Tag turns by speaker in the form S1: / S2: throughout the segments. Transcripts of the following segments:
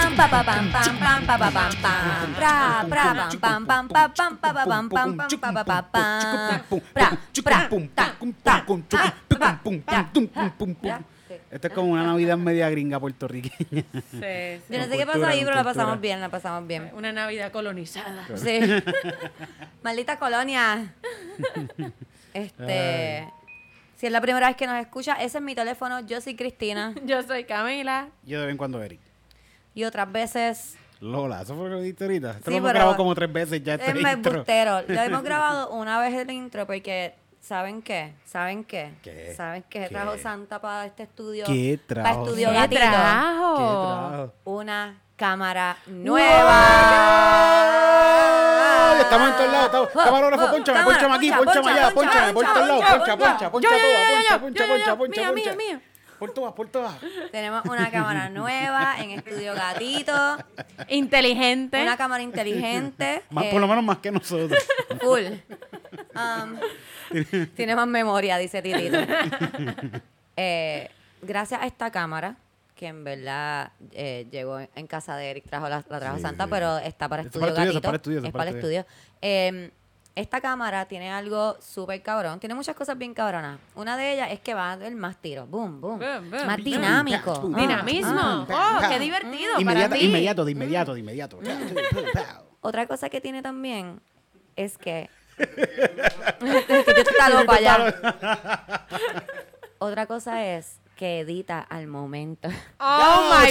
S1: pam pam pam pa pa pam pam pra pra pam pam pam pa pam pa pa pam pam pam pa pa pa pam pra pra ta ta ta ta ta
S2: Esto es como una Navidad media gringa puertorriqueña.
S3: Sí, sí.
S1: yo no sé qué pasó
S2: Cultura,
S1: ahí, pero la
S2: cultura.
S1: pasamos bien, la pasamos bien.
S3: Una Navidad colonizada.
S1: Sí. Maldita colonia. Este. Si es la primera vez que nos escucha, ese es mi teléfono. Yo soy Cristina.
S3: Yo soy Camila.
S2: Yo de vez en cuando Eric.
S1: Y otras veces.
S2: Lola, eso fue lo que dijiste ahorita.
S1: Sí,
S2: Esto lo hemos
S1: pero- eh,
S2: grabado como tres veces ya.
S1: Es
S2: Este
S1: más
S2: intro.
S1: embustero. Lo hemos grabado una vez el intro porque. ¿Saben qué? ¿Saben qué?
S2: ¿Qué?
S1: ¿Saben qué,
S2: ¿Qué?
S1: trajo Santa para este estudio?
S2: ¿Qué
S1: Para
S2: trajo
S1: estudio
S2: Santa?
S1: gatito.
S2: Qué
S3: trabajo!
S2: trabajo.
S1: Una cámara
S2: ¡Ay!
S1: nueva.
S2: Estamos en todos lados. Estamos, estamos ahora,
S1: Oh, oh,
S2: ponchame,
S1: cámara,
S2: ponchame aquí,
S1: poncha,
S2: ponchame allá,
S1: poncha,
S2: ponchame, por todos lados, poncha, poncha, poncha
S3: Yo, yo, yo,
S2: toda,
S3: yo,
S2: poncha,
S3: yo, yo,
S2: poncha,
S3: yo.
S2: poncha,
S3: Mía,
S2: poncha.
S3: mía, mía.
S2: Por todas, por todas.
S1: Tenemos una cámara nueva en estudio gatito.
S3: Inteligente.
S1: Una cámara inteligente.
S2: Más-
S1: eh,
S2: Por lo menos más que nosotros.
S1: Full. Um, tiene más memoria, dice Titito. Eh, gracias a esta cámara, que en verdad eh, llegó en- en casa de Eric, trajo la, la trajo
S2: Sí,
S1: Santa,
S2: sí.
S1: pero está para
S2: Es
S1: estudio
S2: para estudio,
S1: gatito.
S2: es para estudio, es
S1: es
S2: para
S1: para
S2: estudio.
S1: estudio. Eh, esta cámara tiene algo súper cabrón. Tiene muchas cosas bien cabronas. Una de ellas es que va a dar más tiros. Boom, boom.
S3: Boom, boom,
S1: más
S3: boom.
S1: dinámico.
S2: Boom,
S1: Ah, ah. Mm.
S3: Dinamismo.
S2: ah,
S3: oh,
S2: ah.
S3: qué divertido. para
S2: Inmediato,
S3: ti.
S2: inmediato, de inmediato, de inmediato.
S1: Otra cosa que tiene también es que. Titito está loco allá. Otra cosa es que edita al momento.
S3: Oh my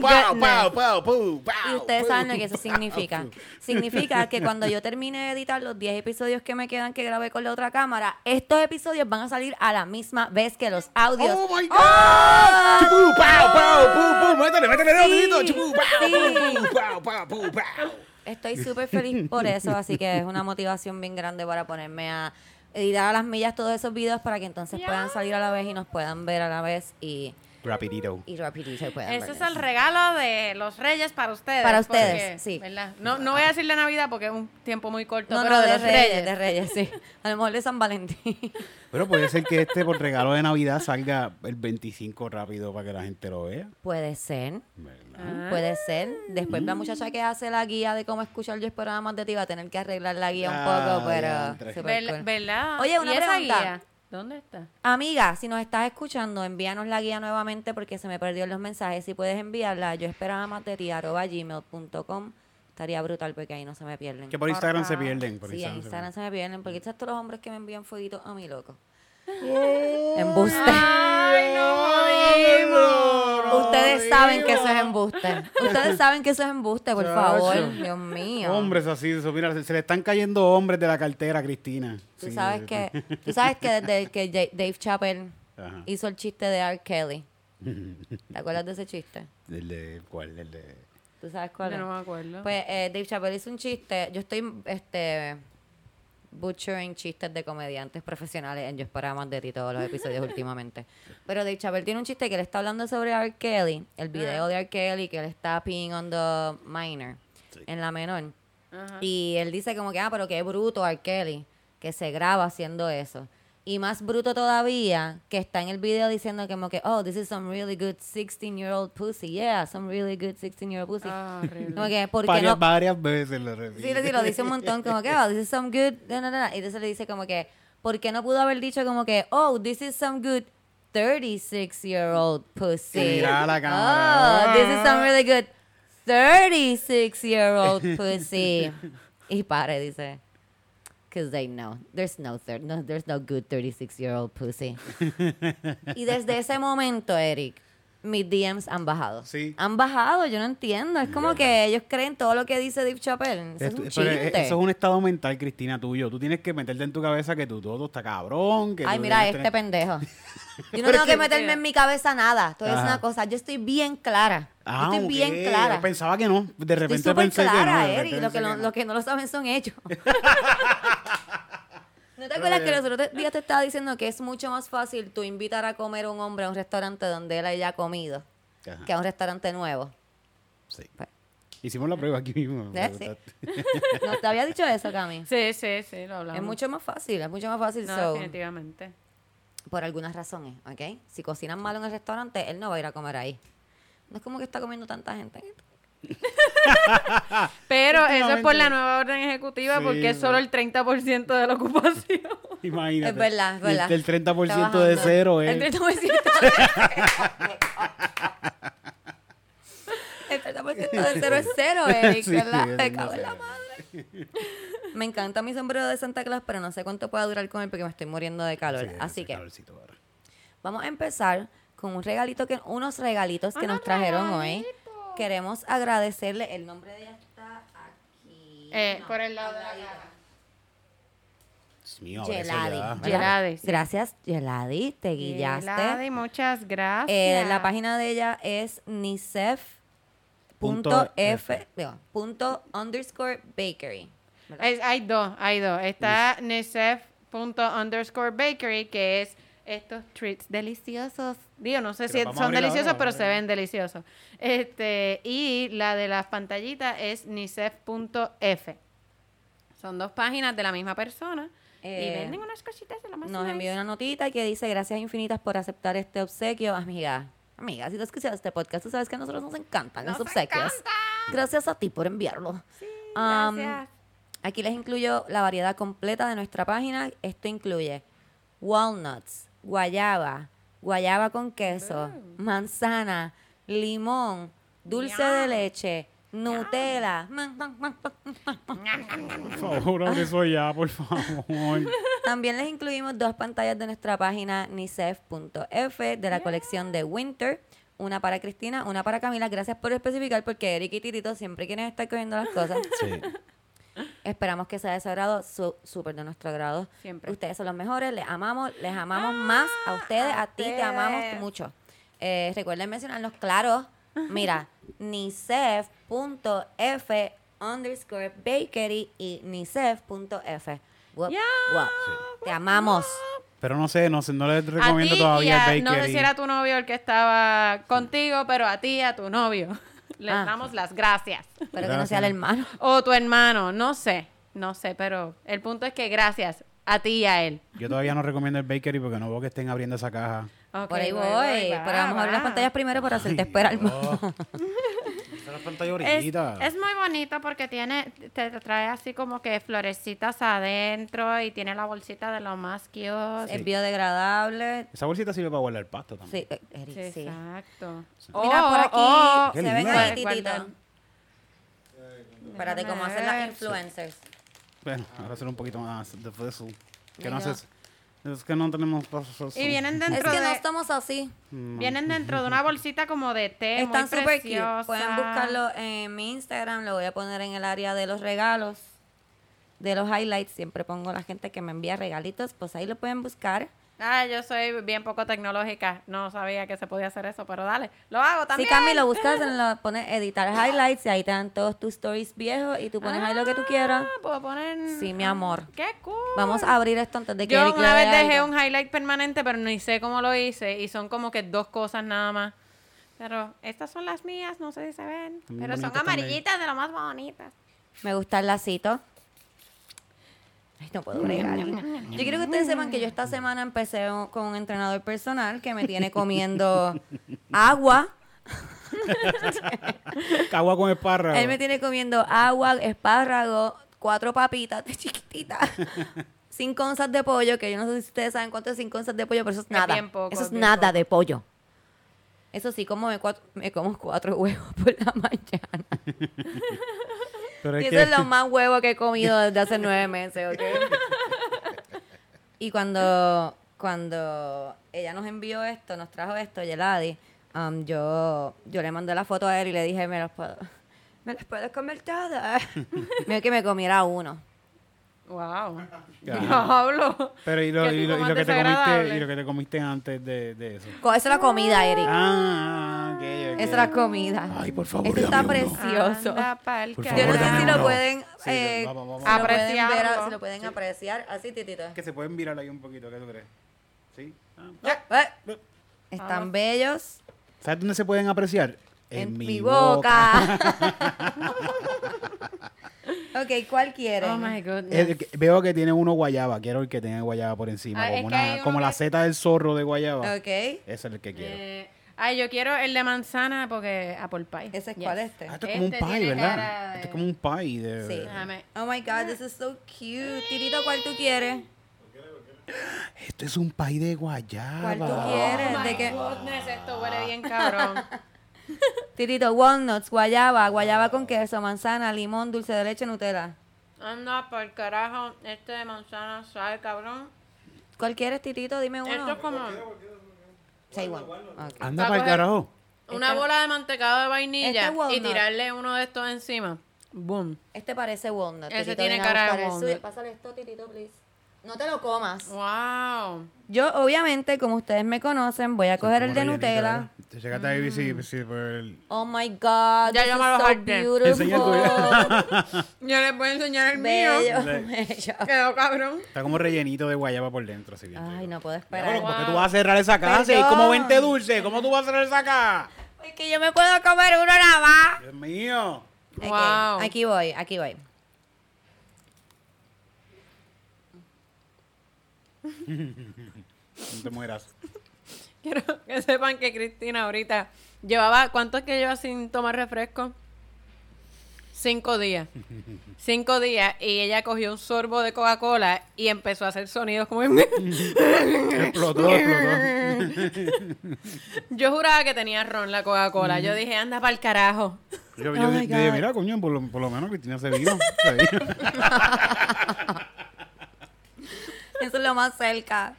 S2: pow,
S3: goodness.
S2: pow, pow, pow,
S1: Y ustedes saben lo que eso significa. Significa que cuando yo termine de editar los 10 episodios que me quedan que grabé con la otra cámara, estos episodios van a salir a la misma vez que los audios.
S2: Oh my god. Chupú, pow, pow, pum, pum. Métele, métele dedito. Chupú, pow,
S1: Sí.
S2: pum, pum, pow, pow, pum, pow.
S1: Estoy súper feliz por eso, así que es una motivación bien grande para ponerme a editar a las millas todos esos videos para que entonces puedan salir a la vez y nos puedan ver a la vez y,
S2: Rapidito.
S1: y rapidito puedan
S3: Ese es
S1: vernos.
S3: el regalo de los reyes para ustedes.
S1: Para ustedes, sí.
S3: ¿verdad? No, no voy a decir la Navidad porque es un tiempo muy corto,
S1: No,
S3: pero
S1: no,
S3: de,
S1: de
S3: los
S1: Reyes,
S3: reyes.
S1: de Reyes, sí. A lo mejor de San Valentín.
S2: Pero puede ser que este por regalo de Navidad salga el 25 rápido para que la gente lo vea.
S1: Puede ser,
S2: ¿verdad?
S3: Ah.
S1: puede ser. Después la muchacha que hace la guía de cómo escuchar yo esperaba más de ti va a tener que arreglar la guía un
S2: Ah,
S1: poco, pero
S2: diantre.
S1: súper
S3: Vel-
S1: cool.
S3: ¿Verdad?
S1: Oye, una
S3: ¿Y esa
S1: pregunta.
S3: guía? ¿Dónde está?
S1: Amiga, si nos estás escuchando, envíanos la guía nuevamente porque se me perdió en los mensajes. Si puedes enviarla, yo esperaba más de ti, arroba gmail.com. Estaría brutal porque ahí no se me pierden.
S2: Que por Instagram se pierden. Por
S1: sí, en
S2: Instagram se
S1: Instagram
S2: pierden.
S1: se me pierden porque estos todos los hombres que me envían fueguitos a mi loco. Embuste.
S3: ¡Ay,
S2: Ay, no, no,
S1: Ustedes
S2: no,
S1: saben que
S2: no.
S1: eso es embuste. Ustedes saben que eso es embuste, por favor.
S2: Chacho.
S1: Dios mío.
S2: Hombres así, eso, mira, se, se le están cayendo hombres de la cartera, Cristina.
S1: Tú
S2: Sí,
S1: sabes
S2: eh,
S1: que, tú sabes que desde que Ja- Dave Chappelle
S2: Ajá.
S1: hizo el chiste de R. Kelly. ¿Te acuerdas de ese chiste?
S2: El de, ¿Cuál? El de...
S1: ¿Tú sabes cuál
S3: Yo
S1: es?
S3: no me acuerdo.
S1: Pues eh, Dave Chappelle hizo un chiste. Yo estoy este butchering chistes de comediantes profesionales en Yo esperaba más de ti todos los episodios últimamente. Pero Dave Chappelle tiene un chiste que le está hablando sobre R. Kelly, el video
S3: Ah.
S1: de R. Kelly que le está peeing on the minor, en la menor.
S3: Ajá.
S1: Y él dice como que, ah, pero qué bruto R. Kelly, que se graba haciendo eso. Y más bruto todavía, que está en el video diciendo como que, oh, this is some really good 16-year-old pussy. Yeah, some really good 16-year-old pussy.
S3: Ah,
S1: Como
S3: horrible.
S1: que, ¿por qué
S2: Varias,
S1: no?
S2: varias veces lo repite.
S1: Sí, lo- sí, lo dice un montón, como que, oh, this is some good, na, na, na, na. y entonces le dice como que, ¿por qué no pudo haber dicho como que, oh, this is some good 36-year-old pussy?
S2: Y miraba a la
S1: Oh,
S2: cámara.
S1: this is some really good 36-year-old pussy. Y pare, dice, because they know, there's no, thir- no, there's no good 36-year-old pussy. y desde ese momento, Eric, mis DMs han bajado.
S2: Sí.
S1: Han bajado, yo no entiendo. Es como que ellos creen todo lo que dice Dave Chappelle. Eso es
S2: Esto-
S1: un
S2: pero e-
S1: chiste.
S2: eso es un estado mental, Cristina, tuyo. Tú tienes que meterte en tu cabeza que tu todo está cabrón. Que
S1: Ay,
S2: tú
S1: mira,
S2: debes
S1: este
S2: tener-
S1: pendejo. Yo no
S2: Pero
S1: tengo
S2: es
S1: que
S2: que-
S1: meterme en mi cabeza nada. Todo es
S2: Ajá.
S1: una cosa. Yo estoy bien clara.
S2: Ah,
S1: yo estoy
S2: ok.
S1: bien clara.
S2: Pensaba que no. De
S1: Estoy
S2: repente
S1: súper
S2: pensé que no.
S1: clara,
S2: de
S1: Eric.
S2: repente
S1: Lo que,
S2: pensé
S1: no,
S2: no.
S1: lo que no lo saben son ellos. ¿No te acuerdas que los otros días te estaba diciendo que es mucho más fácil tú invitar a comer a un hombre a un restaurante donde él haya comido
S2: Ajá,
S1: que a un restaurante nuevo?
S2: sí.
S1: Pues,
S2: Hicimos la prueba aquí mismo.
S1: ¿Ves? Sí. ¿No te había dicho eso, Cami?
S3: Sí, sí, sí, lo hablamos.
S1: Es mucho más fácil, es mucho más fácil.
S3: No,
S1: so,
S3: definitivamente.
S1: por algunas razones, ¿ok? Si cocinan mal en el restaurante, él no va a ir a comer ahí. No es como que está comiendo tanta gente.
S3: Pero eso es por
S2: Últimamente-
S3: la nueva orden ejecutiva
S2: Sí,
S3: porque es solo el 30% de la ocupación.
S2: Imagínate.
S1: Es verdad, es
S2: Y el-
S1: verdad.
S2: El 30%
S1: Está
S2: de
S1: bajando.
S2: cero ¿eh?
S1: El
S2: es.
S1: 30% de El 30% de cero es cero, Eric.
S2: Sí,
S1: ¿verdad?
S2: es
S1: Me cago en
S2: demasiado.
S1: la madre. Me encanta mi sombrero de Santa Claus, pero no sé cuánto pueda durar con él porque me estoy muriendo de calor.
S2: Sí,
S1: Así
S2: hace
S1: que
S2: calorcito ahora.
S1: vamos a empezar con un regalito que, unos regalitos que
S3: Unos
S1: nos trajeron hoy.
S3: regalitos.
S1: Queremos agradecerle. El nombre de ella está aquí.
S3: Eh,
S1: No,
S3: por el lado de la
S1: ahí
S3: cara.
S2: Dios mío, ahora eso
S1: Yeladi.
S2: ya-
S1: ¿verdad?
S3: Yeladi, sí.
S1: Gracias, Yeladi. Te guillaste.
S3: Yeladi, muchas gracias.
S1: Eh, la página de ella es nicef.f
S2: Punto F.
S1: digo, punto underscore bakery. ¿verdad?
S3: Es- hay dos, hay dos. Está necef.underscorebakery, que es estos treats deliciosos. Digo, no sé
S2: Pero
S3: si
S2: vamos a
S3: son
S2: abrirla
S3: deliciosos,
S2: ahora,
S3: pero
S2: ¿verdad?
S3: se ven deliciosos. Este, y la de las pantallitas es nicef.f. Son dos páginas de la misma persona.
S1: Eh,
S3: y venden unas cositas de la más
S1: Nos
S3: nice.
S1: envió una notita que dice gracias infinitas por aceptar este obsequio, amiga. Amiga, si tú has escuchado este podcast, tú sabes que a nosotros nos encantan los
S3: ¡Nos
S1: obsequios.
S3: encanta!
S1: Gracias a ti por enviarlo. Um,
S3: Gracias.
S1: Aquí les incluyo la variedad completa de nuestra página. Esto incluye walnuts, guayaba, guayaba con queso,
S3: Mm.
S1: manzana, limón, dulce de
S3: Yum.
S1: leche, Nutella.
S2: Por favor, abre eso ya, por favor.
S1: También les incluimos dos pantallas de nuestra página nicef.f de la colección de Winter. Una para Cristina, una para Camila. Gracias por especificar porque Eric y Tirito siempre quieren estar cogiendo las cosas.
S2: Sí.
S1: Esperamos que sea de su agrado, su- súper de nuestro agrado.
S3: Siempre. Ah,
S1: Ustedes son los mejores, les amamos, les amamos más a ustedes, a,
S3: a
S1: ti te
S3: ustedes.
S1: amamos mucho. Eh, recuerden mencionarnos, claro, mira, nicef.f underscore bakery y nicef.f. Guap,
S3: Ya,
S1: guap. Te amamos.
S2: Pero no sé, no sé, no les
S3: A
S2: recomiendo
S3: ti y
S2: todavía
S3: a-
S2: el
S3: No sé
S2: bakery.
S3: si era tu novio el que estaba contigo, pero a ti y a tu novio. Les
S1: Ah.
S3: damos las gracias.
S1: Pero que no sea el
S2: Gracias.
S1: hermano.
S3: O tu hermano, no sé, no sé, pero el punto es que gracias a ti y a él.
S2: Yo todavía no recomiendo el bakery porque no veo que estén abriendo esa caja.
S3: Ok,
S1: Por ahí voy.
S3: voy, voy, va,
S1: Pero vamos a ver las
S3: va.
S1: pantallas primero para hacerte esperar.
S2: Esa es la pantalla
S3: Es,
S2: ahorita.
S3: es muy bonito porque tiene, te trae así como que florecitas adentro y tiene la bolsita de lo más cute.
S1: Es biodegradable.
S2: Esa bolsita sirve para guardar pasto también.
S1: Sí, eh, Eric, sí.
S3: Exacto.
S1: Mira,
S3: Oh,
S1: por aquí
S2: Qué
S1: se ven
S2: linda.
S1: ahí,
S3: Guardar.
S1: titito. Espérate,
S3: Déjame
S1: como hacen las
S3: ver.
S1: influencers.
S2: Bueno, ahora hacer un poquito más de fuzzle. Que no
S1: Mira.
S2: haces. Es que no tenemos pasos.
S3: Y vienen
S1: Es
S3: dentro
S1: que no
S3: de,
S1: estamos así.
S2: Mm,
S3: vienen dentro de una bolsita como de té
S1: Están
S3: muy
S1: súper cute.
S3: preciosa.
S1: Pueden buscarlo en mi Instagram. Lo voy a poner en el área de los regalos, de los highlights. Siempre pongo la gente que me envía regalitos. Pues ahí lo pueden buscar.
S3: Ah, yo soy bien poco tecnológica. No sabía que se podía hacer eso, pero dale, lo hago
S1: Si
S3: también.
S1: Cami lo buscas, en lo, pones editar highlights y ahí te dan todos tus stories viejos y tú pones ahí lo que tú quieras.
S3: Ah, Puedo poner. Mm,
S1: Sí, mi amor.
S3: Qué cool.
S1: Vamos a abrir esto antes de que
S3: Yo
S1: Eric
S3: una
S1: le
S3: vez
S1: dé
S3: dejé
S1: algo.
S3: un highlight permanente, pero ni sé cómo lo hice. Y son como que dos cosas nada más. Pero estas son las mías, no sé si se ven.
S2: Son bien
S3: Pero son
S2: bonitas también.
S3: amarillitas de lo más bonitas.
S1: Me gusta el lacito. Ay, no puedo bregar. Yo quiero que ustedes sepan que yo esta semana empecé un- con un entrenador personal que me tiene comiendo agua.
S2: Cagua con espárragos.
S1: Él me tiene comiendo agua, espárrago, cuatro papitas de chiquititas, cinco onzas de pollo, que yo no sé si ustedes saben cuánto es cinco onzas de pollo, pero eso es
S3: Es
S1: nada.
S3: bien poco,
S1: eso es
S3: es bien
S1: nada
S3: poco.
S1: de pollo. Eso sí, como me, cuatro- me como cuatro huevos por la mañana.
S2: Pero
S1: Y
S2: es
S1: eso
S2: que
S1: es lo más huevo que he comido desde hace nueve meses, ¿ok? y cuando, cuando ella nos envió esto, nos trajo esto, Yeladi, um, yo, yo le mandé la foto a él y le dije, me los puedo, me los puedo comer todas. me dijo que me comiera uno.
S3: Wow.
S2: Ya.
S3: Diablo.
S2: Pero y lo,
S3: Qué
S2: y lo-
S3: tipo
S2: y lo
S3: más
S2: que te comiste,
S3: desagradable.
S2: y lo que te comiste antes de, de eso.
S1: Co- Eso era comida, Eric.
S2: Ah, ok, ok.
S1: Eso era comida.
S2: Ay, por favor,
S1: Esto está
S2: dame uno.
S1: precioso.
S3: Anda pa'l
S2: Por
S1: Yo no
S2: favor,
S1: sé
S2: dame
S1: si
S2: uno.
S1: lo pueden,
S2: Sí,
S1: eh,
S2: vamos, vamos.
S1: si lo pueden ver,
S3: Apreciarlo.
S1: si lo pueden apreciar. Así, titito.
S2: Que se pueden virar ahí un poquito, ¿qué tú crees? ¿Sí? Ah.
S1: Eh, Están bellos.
S2: ¿Sabes dónde se pueden apreciar?
S1: En, mi boca. ok, ¿cuál quieren?
S3: Oh my goodness.
S2: Eh, que- veo que tiene uno guayaba, quiero el que tenga guayaba por encima,
S3: Ah, es
S2: como,
S3: que
S2: una-
S3: hay uno
S2: como la
S3: que-
S2: seta del zorro de guayaba.
S1: Ok. Este,
S2: Ese es el que quiero.
S3: Eh, Ay, yo quiero el de manzana porque apple pie.
S1: ¿Ese es
S3: Yes.
S1: cuál este?
S2: Ah, esto es como un
S3: Este
S2: pie,
S3: tiene
S2: ¿verdad?
S3: cara de-
S2: Esto es como un pie de...
S1: Sí.
S3: Déjame.
S1: Oh my God, this is so cute. Tirito, ¿cuál tú quieres?
S2: Esto es un pie de guayaba.
S1: ¿Cuál tú quieres?
S3: Oh
S1: ¿De
S3: my
S1: qué?
S3: goodness, esto huele bien cabrón.
S1: Tirito, walnuts, guayaba, guayaba con queso, manzana, limón, dulce de leche, Nutella.
S3: Anda, por carajo, este de manzana sabe cabrón.
S1: ¿Cuál quieres, Tirito? Dime
S3: Esto es
S1: uno.
S3: como
S1: Say one. Ok.
S2: Anda
S3: Va a
S2: para el
S3: coger-
S2: carajo.
S3: una bola de mantecado de vainilla
S1: este walnut.
S3: y tirarle uno de estos encima. Boom.
S1: Este parece walnut.
S3: Ese
S1: Tirito,
S3: tiene
S1: ven a
S3: cara de
S1: buscar el
S3: walnut. Mm.
S1: suyo. Pásale esto, Tirito, please. No te lo comas.
S3: Wow.
S1: Yo, obviamente, como ustedes me conocen, voy a coger el de Nutella. Mm.
S2: Te llegaste a vivir si, si por el...
S1: Oh my God,
S3: Ya
S1: this
S3: yo
S1: is
S3: me lo
S1: so
S3: harté.
S2: Enseña el
S1: beautiful.
S3: Yo les voy a enseñar el
S1: Bello,
S3: mío.
S1: bello.
S3: Quedó cabrón.
S2: Está como rellenito de guayaba por dentro. Así bien
S1: Ay,
S2: rico.
S1: no puedo
S2: Diablo,
S1: esperar.
S2: ¿Por qué
S3: Wow.
S2: tú vas a cerrar esa casa? Si hay como
S1: Perdón.
S2: 20 dulces. ¿Cómo tú vas a cerrar esa caja?
S1: Es que yo me puedo comer uno nada más.
S2: Dios mío.
S1: Ok,
S3: Wow.
S1: Aquí voy, aquí voy.
S2: No te mueras.
S3: Quiero que sepan que Cristina ahorita llevaba, ¿cuánto es que lleva sin tomar refresco? Cinco días. Cinco días y ella cogió un sorbo de Coca-Cola y empezó a hacer sonidos como...
S2: Explotó, explotó.
S3: Yo juraba que tenía ron la Coca-Cola. Yo dije, anda para el carajo.
S2: Yo,
S1: Oh
S2: yo,
S1: my
S2: yo dije,
S1: God.
S2: mira, coño, por lo, por lo menos Cristina se vino. Se vino.
S1: Eso es lo más cerca.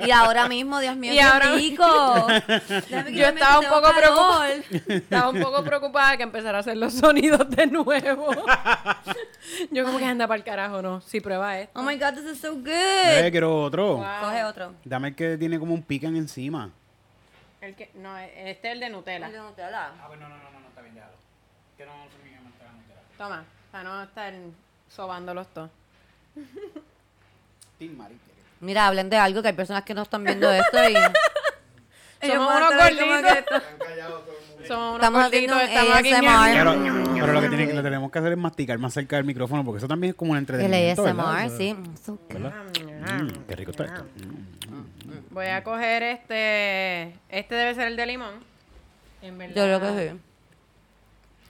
S1: y ahora mismo, Dios mío,
S3: Y
S1: qué
S3: ahora-
S1: rico. Déjame
S3: Yo
S1: quitarme
S3: estaba
S1: que
S3: un
S1: tengo
S3: poco
S1: calor.
S3: preocupada. Estaba un poco preocupada que empezara a hacer los sonidos de nuevo. Yo como que anda para el carajo, no. Si prueba esto.
S1: Oh my God, this is so
S2: Eh,
S1: good.
S2: quiero otro.
S3: Wow.
S1: Coge otro.
S2: Dame el que tiene como un pican encima.
S3: El que, no, este es el de Nutella.
S2: no, no, no, no, está bien, déjalo. Que no se me
S3: Toma, para no estar sobándolos todos.
S1: Mira, hablen de algo que hay personas que no están viendo esto y. Ellos
S3: Somos
S1: van a
S3: unos
S1: estar ahí como
S3: gorditos.
S1: que esto-
S3: Somos unos
S1: Estamos haciendo
S3: gorditos,
S1: un
S3: estamos aquí.
S1: ASMR.
S2: Pero, pero lo que tiene- lo tenemos que hacer es masticar más cerca del micrófono, porque eso también es como un
S1: El
S2: entretenimiento. ¿verdad?
S1: ASMR,
S2: Eso-
S1: sí. So good.
S2: Mm, qué rico está esto. Mm.
S3: Voy a coger este. Este debe ser el de limón. En verdad.
S1: Yo creo que sí.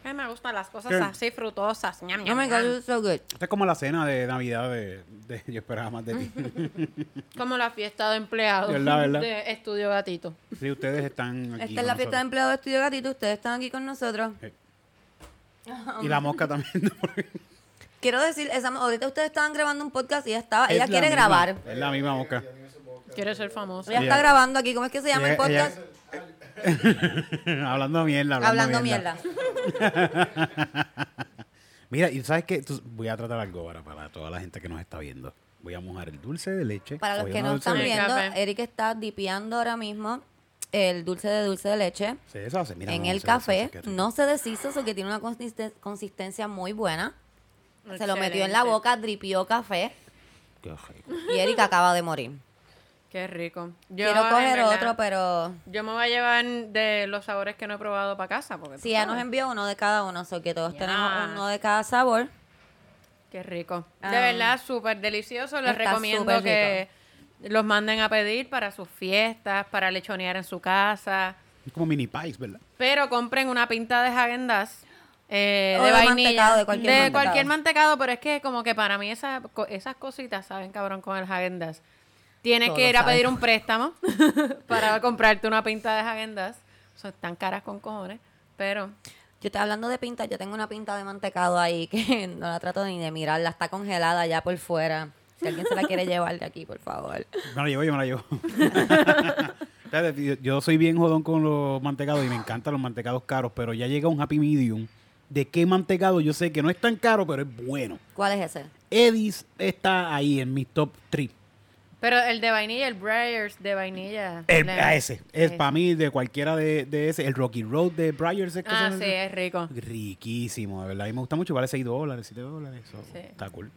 S3: Ay, me gustan las cosas
S2: ¿Qué?
S3: así frutosas. Ñam,
S1: Oh
S3: ñam,
S1: my God,
S3: ñam.
S1: this is so good.
S2: Esta es como la cena de Navidad de, de- Yo esperaba más de ti.
S3: Como la fiesta de empleados
S2: ¿Verdad, verdad?
S3: de Estudio Gatito.
S2: Si ustedes están aquí
S1: Esta es la
S2: con
S1: fiesta de
S2: nosotros.
S1: empleados de Estudio Gatito. Ustedes están aquí con nosotros.
S2: Y la mosca también. porque
S1: Quiero decir, esa, ahorita ustedes estaban grabando un podcast y ella estaba.
S2: es
S1: Ella
S2: la
S1: quiere
S2: misma-
S1: grabar.
S2: Es la misma mosca.
S3: Quiere ser famoso.
S1: Ella
S2: Ella-
S1: está grabando aquí. ¿Cómo es que se llama el
S2: ella- ella-
S1: podcast?
S2: hablando mierda. Hablando,
S1: Hablando
S2: mierda.
S1: mierda.
S2: Mira, y sabes que voy a tratar algo ahora para toda la gente que nos está viendo. Voy a mojar el dulce de leche.
S1: Para los
S2: Cogí
S1: que
S2: una
S1: no
S2: dulce
S1: están
S2: de leche.
S1: viendo,
S3: café.
S1: Eric está dipeando ahora mismo el dulce de dulce de leche
S2: Se deshace, mira.
S1: en
S2: no,
S1: el
S2: se
S1: café.
S2: deshace, qué rico.
S1: No se deshizo, eso que tiene una consisten- consistencia muy buena. Se lo metió en la
S3: Excelente.
S1: boca, dripió café
S2: Qué rico.
S1: y Eric acaba de morir.
S3: Qué rico. Yo,
S1: Quiero
S3: en
S1: coger
S3: verdad,
S1: otro, pero
S3: Yo me voy a llevar de los sabores que no he probado para casa. Porque tú
S1: si ya nos
S3: sabes.
S1: envió uno de cada uno, so que todos
S3: Yes.
S1: tenemos uno de cada sabor.
S3: Qué rico.
S1: Ah.
S3: De verdad, súper delicioso. Les
S1: Está
S3: recomiendo
S1: súper
S3: que los manden a pedir para sus fiestas, para lechonear en su casa.
S2: Es como mini pies, ¿verdad?
S3: Pero compren una pinta de Häagen Dazs eh,
S1: O
S3: de,
S1: de
S3: vainilla.
S1: mantecado, de cualquier mantecado.
S3: cualquier mantecado, pero es que como que para mí esas, co- esas cositas saben cabrón con el Häagen Dazs. Tienes
S1: Todo
S3: que ir a
S1: sabe.
S3: pedir un préstamo para comprarte una pinta de Häagen Dazs. Son tan caras con cojones, pero
S1: Yo estoy hablando de pinta, yo tengo una pinta de mantecado ahí que no la trato ni de mirarla, está congelada ya por fuera. Si alguien se la quiere llevar de aquí, por favor.
S2: Me la llevo, yo me la llevo. Fíjate, yo, yo soy bien jodón con los mantecados y me encantan los mantecados caros, pero ya llega un happy medium de qué mantecado yo sé que no es tan caro, pero es bueno.
S1: ¿Cuál es ese?
S2: Edis está ahí en mi top 3.
S3: pero el de vainilla, el Breyers de vainilla.
S2: El,
S3: le-
S2: a ese. Es
S3: ese.
S2: para mí de cualquiera de, de ese. El Rocky Road de Briars. ¿es que
S3: Ah,
S2: son
S3: sí,
S2: esos?
S3: es rico.
S2: Riquísimo, de verdad. Y me gusta mucho. Vale 6 dólares, 7 dólares. eso
S3: Sí.
S2: Está cool.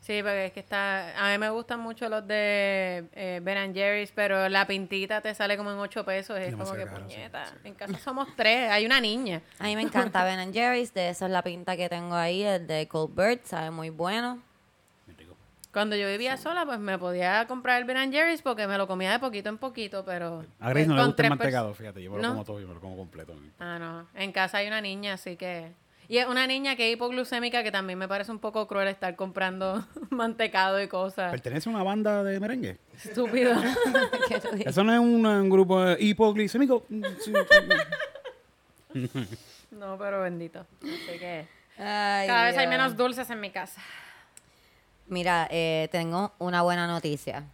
S3: Sí, porque es que está. A mí me gustan mucho los de eh, Ben and Jerry's, pero la pintita te sale como en 8 pesos. Es
S2: Demasiado
S3: como que
S2: caro, sí,
S3: puñeta. En casa somos tres, hay una niña.
S1: A mí me encanta Ben Jerry's, de eso es la pinta que tengo ahí, el de Colbert, sabe muy bueno.
S2: Bien rico.
S3: Cuando yo vivía sola, pues me podía comprar el Ben and Jerry's porque me lo comía de poquito en poquito, pero.
S2: A Grace
S3: pues,
S2: no le
S3: con
S2: gusta el
S3: tres
S2: mantecado, fíjate. Yo me lo
S3: No.
S2: como todo, yo me lo como completo.
S3: Ah, no. En casa hay una niña, así que. Y es una niña que es hipoglucémica, que también me parece un poco cruel estar comprando mantecado y cosas.
S2: ¿Pertenece a una banda de merengue?
S3: Estúpido.
S1: ¿Qué tú dices?
S2: Eso no es un, un grupo eh, hipoglicémico. Mm, sí, sí.
S3: no, pero bendito. Así que.
S1: Ay,
S3: Cada vez hay
S1: Dios.
S3: menos dulces en mi casa.
S1: Mira, eh, tengo una buena noticia.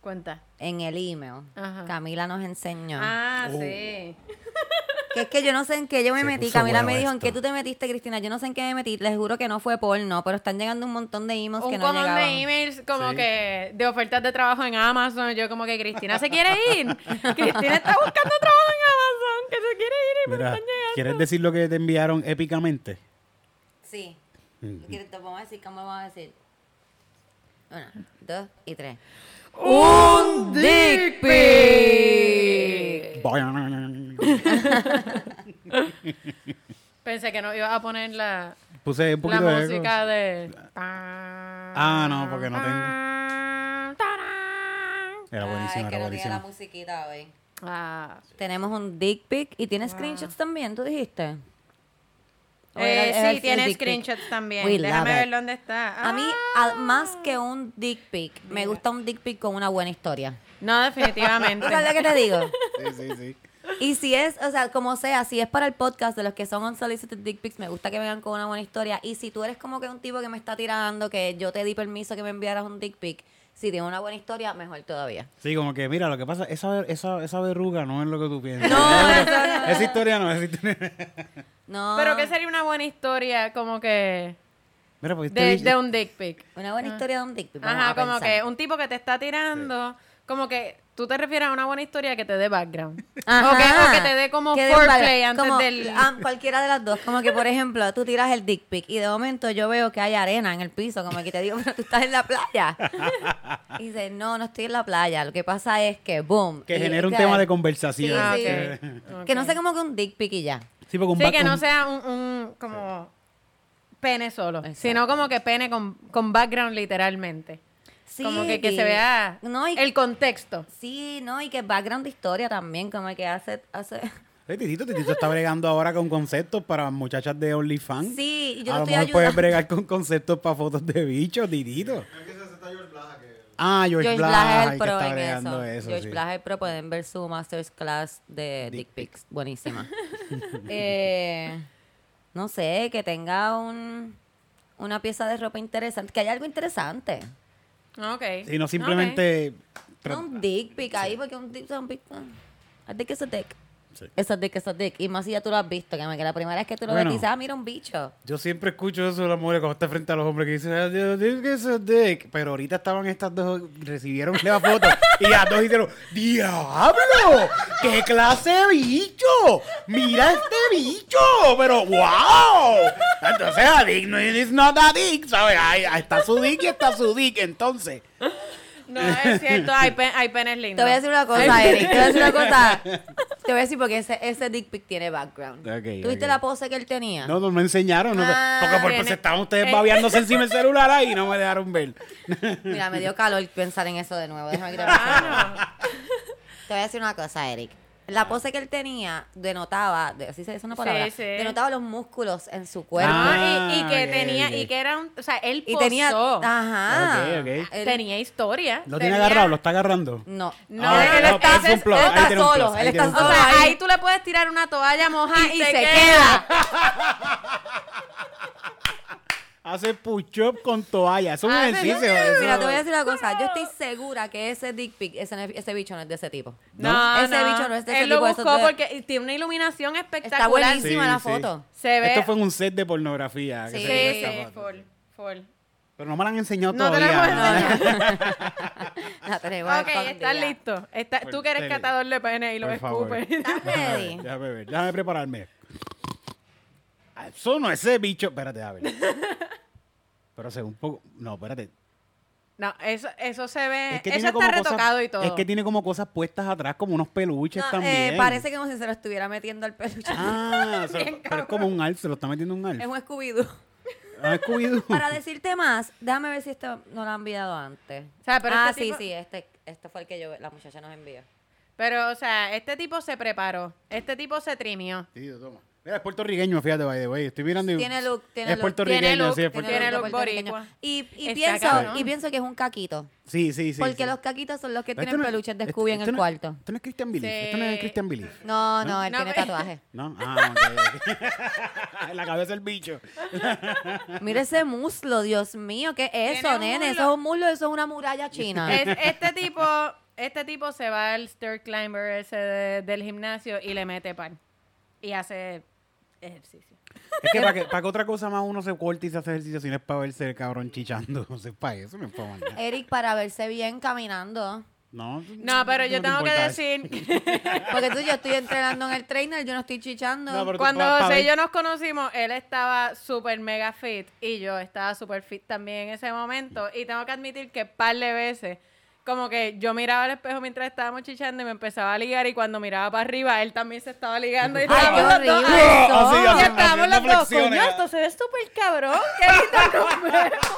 S3: Cuenta.
S1: En el email,
S3: Ajá.
S1: Camila nos enseñó.
S3: Ah,
S2: Oh.
S3: sí.
S1: Que es que yo no sé en qué yo me
S2: Se
S1: metí.
S2: puso
S1: Camila me
S2: bueno
S1: dijo, ¿en
S2: esto.
S1: qué tú te metiste, Cristina? Yo no sé en qué me metí. Les juro que no fue porno, pero están llegando un montón de emails que
S3: Un
S1: no
S3: cojón
S1: llegaban.
S3: de emails como
S2: Sí.
S3: que de ofertas de trabajo en Amazon. Yo como que Cristina se quiere ir. Cristina está buscando trabajo en Amazon, que se quiere ir y me
S2: Mira,
S3: están llegando.
S2: ¿quieres decir lo que te enviaron épicamente?
S1: Sí.
S2: Ujú.
S1: ¿Quieres- te vamos a decir cómo vamos a decir? Una, dos y tres.
S3: Un dick pic. Pensé que no iba a poner la,
S2: Puse un
S3: la
S2: poquito de... eco.
S3: música de...
S2: Ah,
S3: Ah,
S2: no, porque no
S3: tengo.
S2: Era buenísimo, era buenísimo.
S1: musiquita hoy.
S3: Ah,
S1: Tenemos un dick pic y tiene screenshots también, ¿tú dijiste? ¿O era-
S3: Eh,
S1: era el-
S3: sí,
S1: el
S3: tiene
S1: dick pic?
S3: screenshots también.
S1: We
S3: Déjame
S1: love
S3: ver
S1: it.
S3: dónde está.
S1: A mí,
S3: Ah.
S1: a- más que un dick pic, me gusta un dick pic con una buena historia.
S3: No,
S1: ¿Tú
S3: definitivamente.
S1: sabes lo que te digo?
S2: Sí, sí, sí.
S1: Y si es, o sea, como sea, si es para el podcast de los que son unsolicited dick pics, me gusta que vengan con una buena historia. Y si tú eres como que un tipo que me está tirando, que yo te di permiso que me enviaras un dick pic, si tiene una buena historia, mejor todavía.
S2: Sí, como que mira, lo que pasa, esa, esa, esa verruga no es lo que tú piensas.
S3: No, eso
S2: Esa historia no, esa historia.
S1: No.
S3: Pero que sería una buena historia como que
S2: Mira, porque este
S3: de,
S2: bicho-
S3: de un dick pic.
S1: Una buena historia de un dick pic. vamos
S3: Ah. Ajá,
S1: a
S3: como
S1: pensar.
S3: que un tipo que te está tirando, como que tú te refieres a una buena historia que te dé background.
S1: Ajá.
S3: O, que, o que te dé como
S1: Que dé
S3: foreplay
S1: vale,
S3: antes
S1: como,
S3: del...
S1: ah, cualquiera de las dos. Como que, por ejemplo, tú tiras el dick pic y de momento yo veo que hay arena en el piso. Como que te digo, pero tú estás en la playa. Y dices, no, no estoy en la playa. Lo que pasa es que, boom.
S2: que
S1: Y-
S2: genera un
S1: y-
S2: tema de
S1: Sí,
S2: conversación.
S3: Ah,
S1: sí.
S3: ok.
S1: Que no
S3: Ok.
S1: sea como que un dick pic y ya.
S2: Sí, porque un
S3: Sí,
S2: back-
S3: que no
S2: un-
S3: sea un, un como pene solo,
S1: Exacto.
S3: sino como que pene con, con background literalmente.
S1: Sí,
S3: como que, que
S1: y-
S3: se vea
S1: no, y-
S3: el contexto.
S1: Sí, no, y que background de historia también, como que hace... hace
S2: Oye, Titito, Titito está bregando ahora con conceptos para muchachas de OnlyFans.
S1: Sí, y yo
S2: ¿Mm?
S1: te
S2: A lo
S1: estoy
S2: mejor puedes
S1: ayudando.
S2: bregar con conceptos para fotos de bichos, Titito. Ah, George,
S1: George
S2: Blas,
S1: Blas es el
S2: que
S1: pro
S2: está
S1: en eso.
S2: bregando eso.
S1: George
S2: sí.
S1: Blas es el pro, pueden ver su master's class de
S2: Dick
S1: dick pics. Buenísima. Eh, no sé, que tenga un, una pieza de ropa interesante, que haya algo interesante.
S3: Ok.
S2: Y no simplemente... tra-
S1: No un dick pic ahí, porque un dick un pic. ah. I think it's a dick.
S2: Sí.
S1: It's a dick, it's a dick. Y más si ya tú lo has visto, que, que la primera vez que tú lo
S2: Bueno.
S1: ves, dices, ah, mira un bicho.
S2: Yo siempre escucho eso de las mujeres cuando está frente a los hombres que dicen, "Ah, Dios, Dios, que es a dick. Pero ahorita estaban estas dos, recibieron la foto y las dos dijeron, ¡Diablo! ¡Qué clase de bicho! ¡Mira este bicho! Pero ¡wow! Entonces, a dick no es not a dick, ¿sabes? Ahí- ahí está su dick y está su dick, entonces.
S3: No, es cierto, hay, pe- hay penes lindos.
S1: Te voy a decir una cosa, Eric. Te voy a decir una cosa. Te voy a decir porque ese, ese dick pic tiene background.
S2: Ok,
S1: ¿Tuviste
S2: ok.
S1: la pose que él tenía?
S2: No, no me enseñaron. no me-
S3: Ah,
S2: porque por,
S3: viene.
S2: pues, estaban ustedes
S3: Eh.
S2: babeándose encima del celular ahí y no me dejaron ver.
S1: Mira, me dio calor pensar en eso de nuevo. Déjame quitarme eso.
S3: Ah,
S1: Te voy a decir una cosa, Eric.
S2: Ah.
S1: La pose que él tenía denotaba, de- así se dice una palabra,
S3: Sí, sí.
S1: denotaba los músculos en su
S3: no.
S1: cuerpo.
S3: No, y, y
S2: Ah,
S3: que
S2: ok,
S3: tenía, y
S2: ok.
S3: que era un, o sea, él
S1: y
S3: posó.
S1: tenía.
S3: ah,
S1: Ajá.
S2: Ok, ok.
S1: Él-
S3: tenía historia.
S2: Lo tiene
S3: tenía-
S2: agarrado, lo está agarrando.
S1: no.
S3: No,
S2: Ah,
S3: él
S2: no,
S3: está-
S2: ese es un plus,
S1: él
S2: ahí
S1: está
S2: tiene un
S1: solo,
S2: plus,
S1: él
S2: ahí tiene
S1: está
S2: un
S3: O
S2: plus.
S1: solo.
S3: sea,
S1: Ahí.
S3: ahí tú le puedes tirar una toalla mojada y, se, queda.
S2: Hace push-up con toalla. Es un
S3: Hace-
S2: ejercicio.
S1: Mira,
S2: eso-
S1: te voy a decir una cosa. Yo estoy segura que ese dick pic, ese, no es- ese bicho no es de ese tipo.
S3: No,
S1: Ese bicho no es de ese
S3: Él lo
S1: tipo, eso
S3: buscó
S1: es de-
S3: porque y tiene una iluminación espectacular.
S1: Está buenísima
S2: Sí,
S1: la
S2: sí.
S1: foto.
S3: Se ve.
S2: Esto fue en un set de pornografía. que
S1: Sí,
S3: Sí,
S2: se vio esta
S3: sí,
S2: foto.
S3: full, full.
S2: Pero no me la han enseñado
S3: No te la
S2: todavía.
S3: hemos
S2: ¿no?
S1: La tenemos
S3: Ok, estás
S1: escondida.
S3: listo. Está- tú
S2: Por
S3: que eres
S2: serio.
S3: catador de pene y lo
S2: Por favor.
S3: escupes.
S1: ¿Estás ready?
S2: Déjame ver, déjame prepararme. Ah, Eso no, ese bicho. Espérate, a ver. Pero según un poco. No, espérate.
S3: No, eso, eso se ve.
S2: Es que tiene
S3: Eh, eso está
S2: como cosas-
S3: retocado y todo.
S2: Es que tiene como cosas puestas atrás, como unos peluches
S1: No, eh,
S2: también.
S1: parece que como si se lo estuviera metiendo al peluche.
S2: Ah, o sea, pero es como un alf, se lo está metiendo un alf.
S1: Es un Scooby-Doo.
S2: Ah, Scooby-Doo.
S1: Para decirte más, déjame ver si esto no lo han enviado antes.
S3: O sea, pero
S1: ah,
S3: este tipo-
S1: sí, sí, este, este fue el que yo, la muchacha nos envió.
S3: Pero, o sea, este tipo se preparó. Este tipo se trimió.
S2: Sí, lo toma. Mira, es puertorriqueño, fíjate, by the way. Estoy mirando y...
S1: Tiene look, tiene
S2: es
S1: look,
S2: puertorriqueño,
S3: tiene look,
S2: sí, es
S3: tiene
S2: puertorriqueño.
S1: Puerto
S3: look
S1: puertorriqueño.
S3: boricua.
S1: Y, y
S3: Está
S1: pienso,
S3: cabrón.
S1: y pienso que es un caquito.
S2: Sí, sí, sí.
S1: porque
S2: sí.
S1: los caquitos son los que
S2: Este
S1: tienen
S2: no-
S1: peluches de
S2: este-
S1: Scooby en
S2: este
S1: el
S2: no-
S1: cuarto.
S2: Esto no es Christian Belief. Esto no
S3: Sí.
S2: es Christian Belief.
S1: No, no, él
S3: No,
S1: tiene
S3: pero-
S1: tatuaje.
S2: ¿No? Ah, ok. La cabeza del bicho.
S1: Mira ese muslo, Dios mío, ¿qué es
S3: Tiene
S1: eso,
S3: un
S1: nene?
S3: muslo.
S1: Eso es un muslo, eso es una muralla china.
S2: Ah.
S3: Es- este tipo, este tipo se va al stair climber ese de- del gimnasio y le mete pan. Y hace ejercicio.
S2: Es que para que, para que otra cosa más uno se corte y se hace ejercicio si no es para verse el cabrón chichando. No sé, para eso no es para más nada.
S1: Eric, para verse bien caminando.
S2: No,
S3: No, pero yo
S2: te
S3: tengo que
S2: importa eso.
S3: decir,
S1: Porque tú, yo estoy entrenando en el trainer, yo no estoy chichando.
S2: No, pero tú
S3: cuando
S2: pa- pa
S3: José y
S2: ver-
S3: yo nos conocimos, él estaba súper mega fit y yo estaba súper fit también en ese momento. Y tengo que admitir que par de veces, como que yo miraba al espejo mientras estábamos chichando y me empezaba a ligar y cuando miraba para arriba, él también se estaba ligando. Y
S1: Ay,
S3: estábamos
S1: qué
S3: los dos-
S1: horrible.
S3: ¡Ay!
S1: Así,
S3: Y
S1: haciendo-
S3: estábamos los dos, coño,
S2: flexiones.
S3: esto se ve súper cabrón. Qué lindo nos vemos.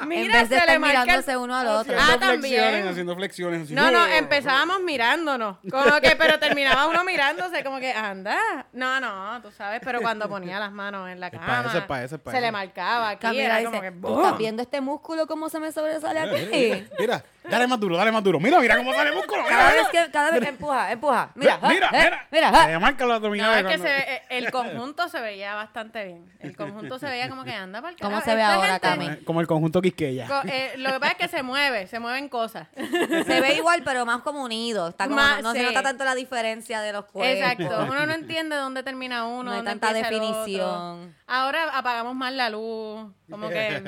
S1: en
S3: Mira,
S1: vez de
S3: se le
S1: estar
S3: marca el-
S1: mirándose uno al otro.
S3: Ah,
S2: Haciendo
S3: también.
S2: flexiones, Haciendo flexiones. así.
S3: No, no, empezábamos mirándonos. Como que, pero terminaba uno mirándose, como que, anda. No, no, tú sabes, pero cuando ponía las manos en la
S2: Es
S3: cama,
S2: pa' eso, es pa' eso, es pa'
S3: se
S2: eso.
S3: le marcaba aquí,
S1: Camila
S3: era
S1: dice,
S3: como que,
S1: "¿Tú
S3: ¡boom!
S1: estás viendo este músculo cómo se me sobresale aquí?
S2: Eh, Mira, dale más duro, dale más duro. Mira, mira cómo sale el músculo.
S1: Cada
S2: Mira,
S1: vez
S2: mira.
S1: que, cada vez que empuja, empuja. Mira, ah,
S2: mira,
S1: eh,
S2: mira.
S1: mira, ah.
S2: Se le marca la
S3: No,
S2: abdominal.
S3: es que se eh, ve- el conjunto se veía bastante bien. El conjunto se veía como que anda para el
S1: ¿Cómo
S3: carajo.
S1: se ve
S3: Esta
S1: ahora,
S3: gente-
S1: Cami?
S2: Como el conjunto Quisqueya.
S3: co- eh, lo que pasa es que se mueve, se mueven cosas.
S1: Se ve igual, pero más como unido. Está como,
S3: Más,
S1: no, no se
S3: sí.
S1: nota tanto la diferencia de los cuerpos.
S3: Exacto. Uno no entiende dónde termina uno.
S1: No hay
S3: dónde
S1: tanta
S3: empieza el otro.
S1: definición.
S3: Ahora apagamos más la luz. Como que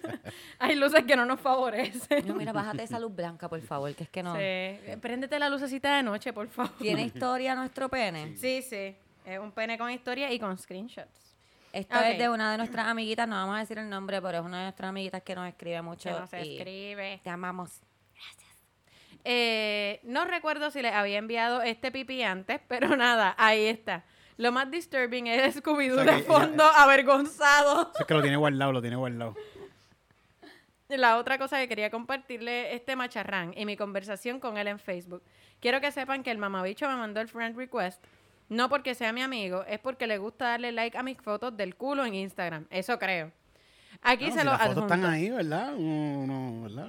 S3: hay luces que no nos favorecen.
S1: No, mira, bájate esa luz blanca, por favor, que es que no.
S3: Sí. Préndete la lucecita de noche, por favor.
S1: ¿Tiene historia nuestro pene?
S3: Sí, sí. Es un pene con historia y con screenshots.
S1: Esta
S3: Ok.
S1: es de una de nuestras amiguitas, no vamos a decir el nombre, pero es una de nuestras amiguitas que nos escribe mucho.
S3: Que no se
S1: y
S3: escribe.
S1: Te amamos.
S3: Eh, no recuerdo si les había enviado este pipí antes, pero nada, ahí está. Lo más disturbing es Scooby-Doo
S2: O sea,
S3: de
S2: que-
S3: fondo, avergonzado.
S2: Es que lo tiene guardado, lo tiene guardado.
S3: La otra cosa que quería compartirle este macharrán y mi conversación con él en Facebook. Quiero que sepan que el mamabicho me mandó el friend request. No porque sea mi amigo, es porque le gusta darle like a mis fotos del culo en Instagram. Eso creo. Aquí
S2: No,
S3: se
S2: si
S3: lo Ah,
S2: las fotos
S3: adjunto.
S2: están ahí, ¿verdad? Uno, uno, ¿verdad?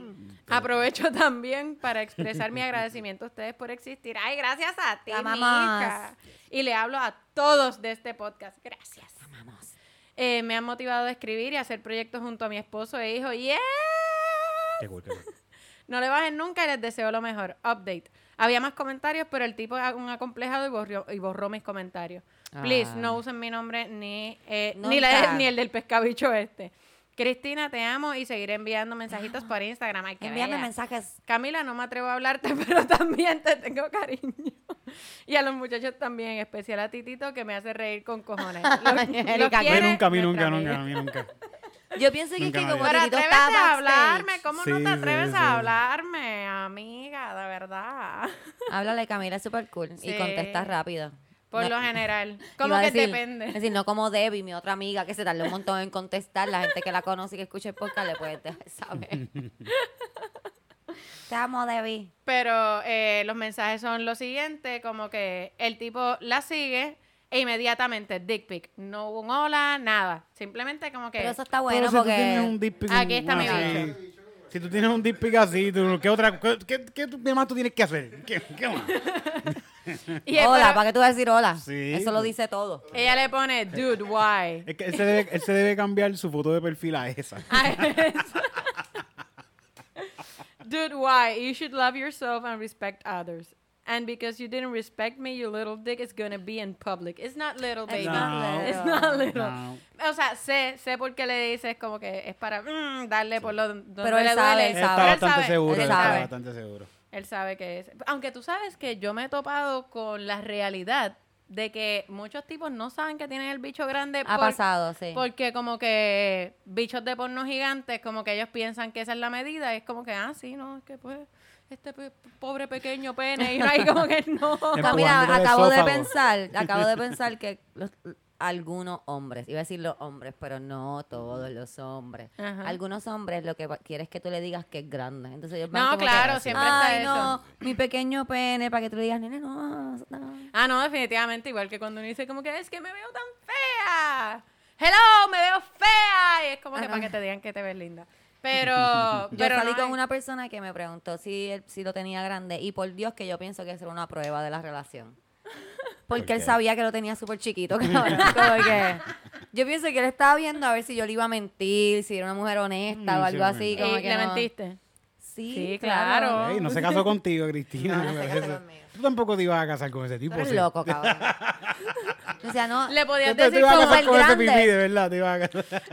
S3: Aprovecho también para expresar mi agradecimiento a ustedes por existir. Ay, gracias a ti,
S1: Te amamos.
S3: mija. Y le hablo a todos de este podcast. Gracias.
S1: Amamos.
S3: Eh, me han motivado a escribir y a hacer proyectos junto a mi esposo e hijo. ¡Yeah!
S2: Qué cool, qué cool.
S3: No le bajen nunca y les deseo lo mejor. Update. Había más comentarios, pero el tipo es un acomplejado y borrió- y borró, mis comentarios. Please,
S1: Ah.
S3: no usen mi nombre ni, eh, ni, la-
S1: Nunca.
S3: ni el del pescabicho este. Cristina, te amo y seguiré enviando mensajitos para Instagram. Ay, qué
S1: Envíame
S3: bella.
S1: mensajes.
S3: Camila, no me atrevo a hablarte, pero también te tengo cariño. Y a los muchachos también, en especial a Titito, que me hace reír con cojones. Los- los
S1: Erika,
S2: A mí
S3: quiere
S2: nunca, a mí
S3: nuestra
S2: nunca,
S3: amiga.
S2: nunca, a mí nunca.
S1: Yo pienso que es
S2: Nunca
S1: que
S2: me
S1: como
S2: había-
S3: Pero
S1: Titito
S3: atrévete
S1: está
S3: a
S1: backstage.
S3: hablarme, ¿cómo no
S2: Sí,
S3: te
S2: sí,
S3: atreves
S2: sí.
S3: a hablarme, amiga? De verdad.
S1: Háblale, Camila, es súper cool.
S3: Sí.
S1: Y contesta rápido.
S3: Por
S1: No-
S3: lo general.
S1: Iba
S3: Como
S1: a
S3: que
S1: decir- Es
S3: depende.
S1: decir, no como Debbie, mi otra amiga, que se tardó un montón en contestar. La gente que la conoce y que escucha el podcast le puede dejar saber. Te amo, Debbie.
S3: Pero eh, los mensajes son lo siguiente, como que el tipo la sigue e inmediatamente, dick pic. No hubo un hola, nada. Simplemente como que...
S1: Pero eso está
S2: Pero
S1: bueno
S2: si tú tienes un
S1: porque...
S2: dick pic,
S3: Aquí está mi
S2: así,
S3: bicho.
S2: Si tú tienes un dick pic así, tú, ¿qué otra qué, qué, qué tú- qué más tú tienes que hacer? ¿Qué, qué más?
S3: Y él-
S1: hola,
S3: pero
S1: ¿para qué tú vas a decir hola?
S2: Sí.
S1: Eso lo dice todo.
S3: ella le pone, dude, why?
S2: Es que él se, debe, él se debe cambiar su foto de perfil a esa.
S3: Ah, eso. Dude, why? You should love yourself and respect others. And because you didn't respect me, your little dick is gonna be in public. It's not little,
S1: It's
S3: baby.
S1: not little.
S3: It's not little.
S2: No.
S3: O sea, sé, sé por qué le dices como que es para mm, darle por lo donde
S1: Pero él
S3: le
S1: sabe,
S3: duele.
S1: él
S2: Él
S1: sabe.
S2: está
S1: Pero
S2: bastante seguro,
S3: Pero
S1: él
S2: él
S1: sabe.
S2: está bastante seguro.
S3: Él sabe que es. Aunque tú sabes que yo me he topado con la realidad de que muchos tipos no saben que tienen el bicho grande
S1: Ha
S3: por-
S1: pasado, sí.
S3: porque como que bichos de porno gigantes, como que ellos piensan que esa es la medida, y es como que, ah, sí, no, es que pues este pe- pobre pequeño pene, y no hay como que no.
S2: Empujándole
S1: Camila,
S2: el
S1: acabo de
S2: esófago.
S1: pensar, acabo de pensar que los- algunos hombres, iba a decir los hombres, pero no todos los hombres.
S3: Ajá.
S1: Algunos hombres lo que va- quieren es que tú le digas que es grande. Entonces ellos van
S3: No,
S1: como que,
S3: claro, siempre está
S1: Ay, no,
S3: eso".
S1: mi pequeño pene, para que tú le digas, nene, no, no.
S3: Ah, no, definitivamente. Igual que cuando uno dice como que es que me veo tan fea. Hello, me veo fea. Y es como que
S1: Ah,
S3: para
S1: no.
S3: que te digan que te ves linda. Pero,
S1: Yo
S3: pero
S1: salí
S3: no eh,
S1: con
S3: es-
S1: una persona que me preguntó si, él- si lo tenía grande y por Dios que yo pienso que eso era una prueba de la relación. Porque
S4: ¿Por
S1: él
S4: qué?
S1: sabía que lo tenía súper chiquito, cabrón. Como que yo pienso que él estaba viendo a ver si yo le iba a mentir, si era una mujer honesta o
S2: Mm, sí,
S1: algo así.
S2: obviamente.
S1: Como
S3: Y
S1: que
S3: eh, le
S1: no.
S3: mentiste.
S1: Eh, Sí,
S3: Sí,
S1: claro.
S3: claro.
S2: Ey, no se casó contigo, Cristina.
S1: No, no se
S2: por
S1: casó
S2: eso.
S1: conmigo.
S2: Tú tampoco te ibas a casar con ese tipo.
S1: Tú eres
S2: Pues sí.
S1: loco, cabrón. o sea, no.
S3: Le podías
S2: Tú te- te
S3: decir
S2: ibas a
S1: como
S2: casar
S1: el
S2: con ese
S1: grande.
S2: pipí, de verdad. Te ibas a casar.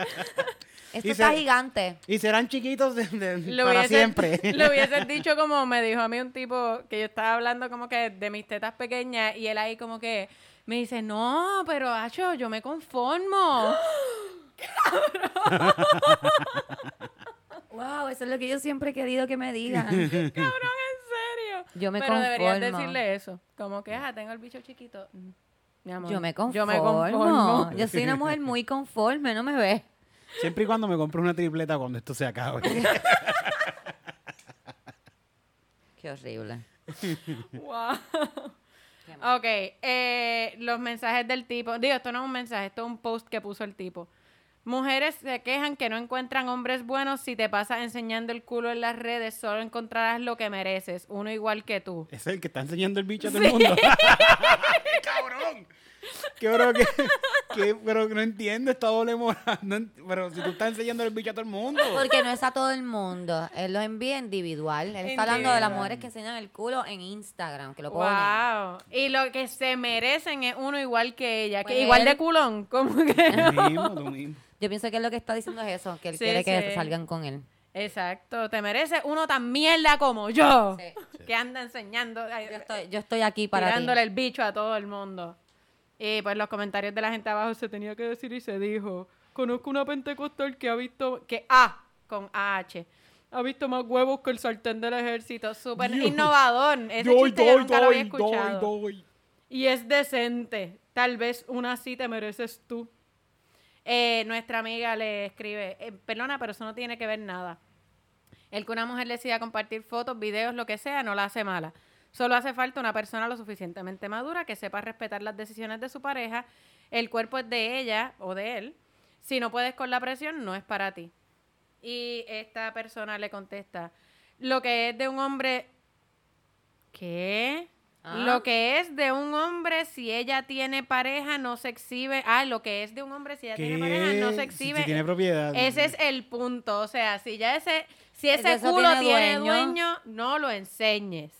S1: Esto
S2: Y
S1: está
S2: se-
S1: gigante.
S2: Y serán chiquitos de- de-
S3: Lo
S2: para
S3: hubiese-
S2: siempre.
S3: Lo hubieses dicho como me dijo a mí un tipo que yo estaba hablando como que de mis tetas pequeñas y él ahí como que me dice, no, pero Acho, yo me conformo.
S1: Wow, eso es lo que yo siempre he querido que me digan.
S3: Cabrón, en serio.
S1: Yo me
S3: pero deberías
S1: conformo.
S3: decirle eso. Como que, ah, tengo el bicho chiquito. Mm, mi amor,
S1: Yo me conformo.
S3: Yo me conformo.
S1: Yo soy una mujer muy conforme, no me ves.
S2: Siempre y cuando me compre una tripleta cuando esto se acabe.
S1: Qué horrible.
S3: Wow. Ok, eh, los mensajes del tipo. Digo, esto no es un mensaje, esto es un post que puso el tipo. Mujeres se quejan que no encuentran hombres buenos si te pasas enseñando el culo en las redes, solo encontrarás lo que mereces, uno igual que tú.
S2: es el que está enseñando el bicho a todo el mundo. ¡Cabrón! Qué bro, que, que- pero no entiendo esta doble moral. No ent- pero si tú estás enseñando el bicho a todo el mundo.
S1: Porque no es a todo el mundo. Él lo envía individual. Él está hablando de las mujeres que enseñan el culo en Instagram, que lo ponen.
S3: Wow. Y lo que se merecen es uno igual que ella,
S1: Pues
S3: que igual de
S1: él-
S3: culón, como que.
S2: Tú mismo, tú mismo.
S1: Yo pienso que él lo que está diciendo es eso, que él
S3: Sí,
S1: quiere que
S3: sí.
S1: salgan con él.
S3: Exacto, te mereces uno tan mierda como yo,
S1: Sí.
S3: que anda enseñando. ay, eh,
S1: Yo estoy, yo estoy aquí para ti.
S3: tirándole el bicho a todo el mundo. Y pues los comentarios de la gente abajo se tenía que decir y se dijo, conozco una pentecostal que ha visto, que A, con AH, ha visto más huevos que el sartén del ejército. Súper
S2: Dios.
S3: innovador. Ese
S2: Doy,
S3: chiste yo
S2: doy,
S3: nunca lo había
S2: doy, doy,
S3: escuchado.
S2: doy.
S3: Y es decente. Tal vez una así te mereces tú. Eh, nuestra amiga le escribe, eh, perdona, pero eso no tiene que ver nada. El que una mujer decida compartir fotos, videos, lo que sea, no la hace mala. Solo hace falta una persona lo suficientemente madura que sepa respetar las decisiones de su pareja. El cuerpo es de ella o de él. Si no puedes con la presión, no es para ti. Y esta persona le contesta, lo que es de un hombre... ¿Qué?
S1: Ah.
S3: Lo que es de un hombre si ella tiene pareja no se exhibe. Ah, lo que es de un hombre si ella tiene pareja no
S2: Que
S3: se
S2: si-
S3: exhibe.
S2: Si, tiene propiedad.
S3: Ese es el punto. O sea, si ya ese, si ese
S1: Entonces, ¿eso
S3: culo
S1: tiene
S3: tiene dueño?
S1: dueño?
S3: no lo enseñes.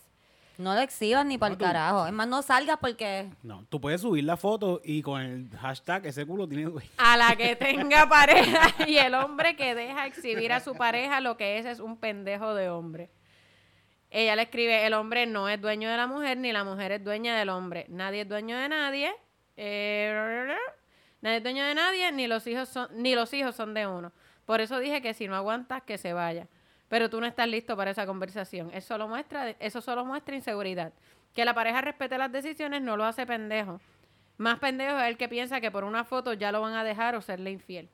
S1: No lo exhibas ni para el
S2: tú.
S1: carajo. Es más, no salgas porque.
S2: No, tú puedes subir la foto y con el hashtag ese culo tiene dueño.
S3: A la que tenga pareja y el hombre que deja exhibir a su pareja lo que es es un pendejo de hombre. Ella le escribe, el hombre no es dueño de la mujer ni la mujer es dueña del hombre. Nadie es dueño de nadie. Eh, nadie es dueño de nadie ni los hijos son ni los hijos son de uno. Por eso dije que si no aguantas que se vaya. Pero tú no estás listo para esa conversación. Eso solo muestra eso solo muestra inseguridad. Que la pareja respete las decisiones no lo hace pendejo. Más pendejo es el que piensa que por una foto ya lo van a dejar o serle infiel.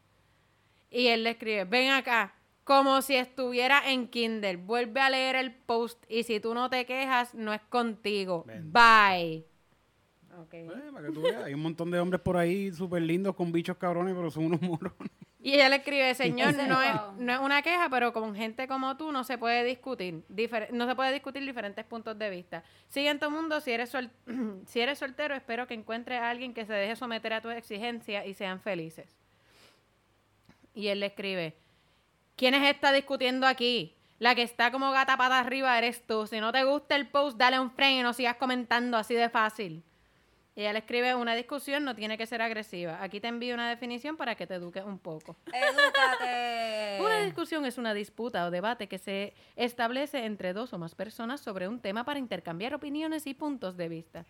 S3: Y él le escribe, ven acá, como si estuviera en Kindle, vuelve a leer el post y si tú no te quejas, no es contigo.
S2: Ven.
S3: Bye. Ok.
S2: Eh, para que tú veas, hay un montón de hombres por ahí súper lindos con bichos cabrones, pero son unos morones.
S3: Y ella le escribe, señor,
S1: Ese-
S3: no es,
S1: wow.
S3: no es una queja, pero con gente como tú no se puede discutir, difer- no se puede discutir diferentes puntos de vista. Sigue en tu mundo, si eres, sol- si eres soltero, espero que encuentres a alguien que se deje someter a tus exigencias y sean felices. Y él le escribe, ¿quién es esta discutiendo aquí? La que está como gata pata arriba eres tú. Si no te gusta el post, dale un frame y no sigas comentando así de fácil. Y ella le escribe, una discusión no tiene que ser agresiva. Aquí te envío una definición para que te eduques un poco.
S1: ¡Edúcate!
S3: Una discusión es una disputa o debate que se establece entre dos o más personas sobre un tema para intercambiar opiniones y puntos de vista.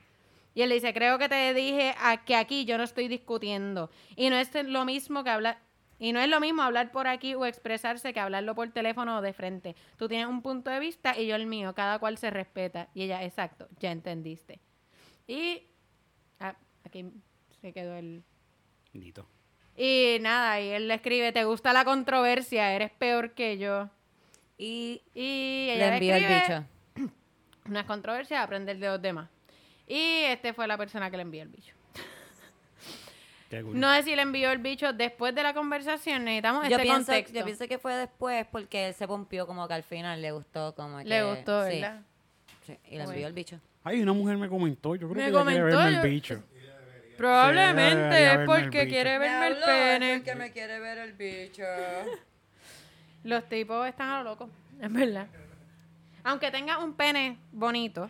S3: Y él dice, creo que te dije a- que aquí yo no estoy discutiendo. Y no es lo mismo que hablar... Y no es lo mismo hablar por aquí o expresarse que hablarlo por teléfono o de frente. Tú tienes un punto de vista y yo el mío, cada cual se respeta. Y ella, exacto, ya entendiste. Y ah, aquí se quedó el
S2: Bendito.
S3: Y nada, y él le escribe, te gusta la controversia, eres peor que yo.
S1: Y
S3: Y
S1: le
S3: ella le,
S1: envió el
S3: escribe
S1: bicho.
S3: unas controversias, aprender de los demás. Y este fue la persona que le envió el bicho.
S2: Qué cool.
S3: No sé si le envió el bicho después de la conversación, necesitamos
S1: Yo
S3: este
S1: pienso,
S3: contexto.
S1: yo pienso que fue después porque él se pompió como que al final le gustó como que...
S3: le gustó,
S1: sí,
S3: ¿verdad?
S1: sí, y le envió
S3: Bueno.
S1: el bicho.
S2: Ay, una mujer me comentó. Yo creo
S3: Me
S2: que ella quiere
S3: comentó,
S2: verme
S3: yo-
S2: el bicho.
S3: Probablemente
S2: Sí, ya
S3: es
S2: verme el
S3: porque
S2: bicho.
S3: quiere verme el pene.
S1: me quiere ver el bicho.
S3: Los tipos están a lo loco, es verdad. Aunque tenga un pene bonito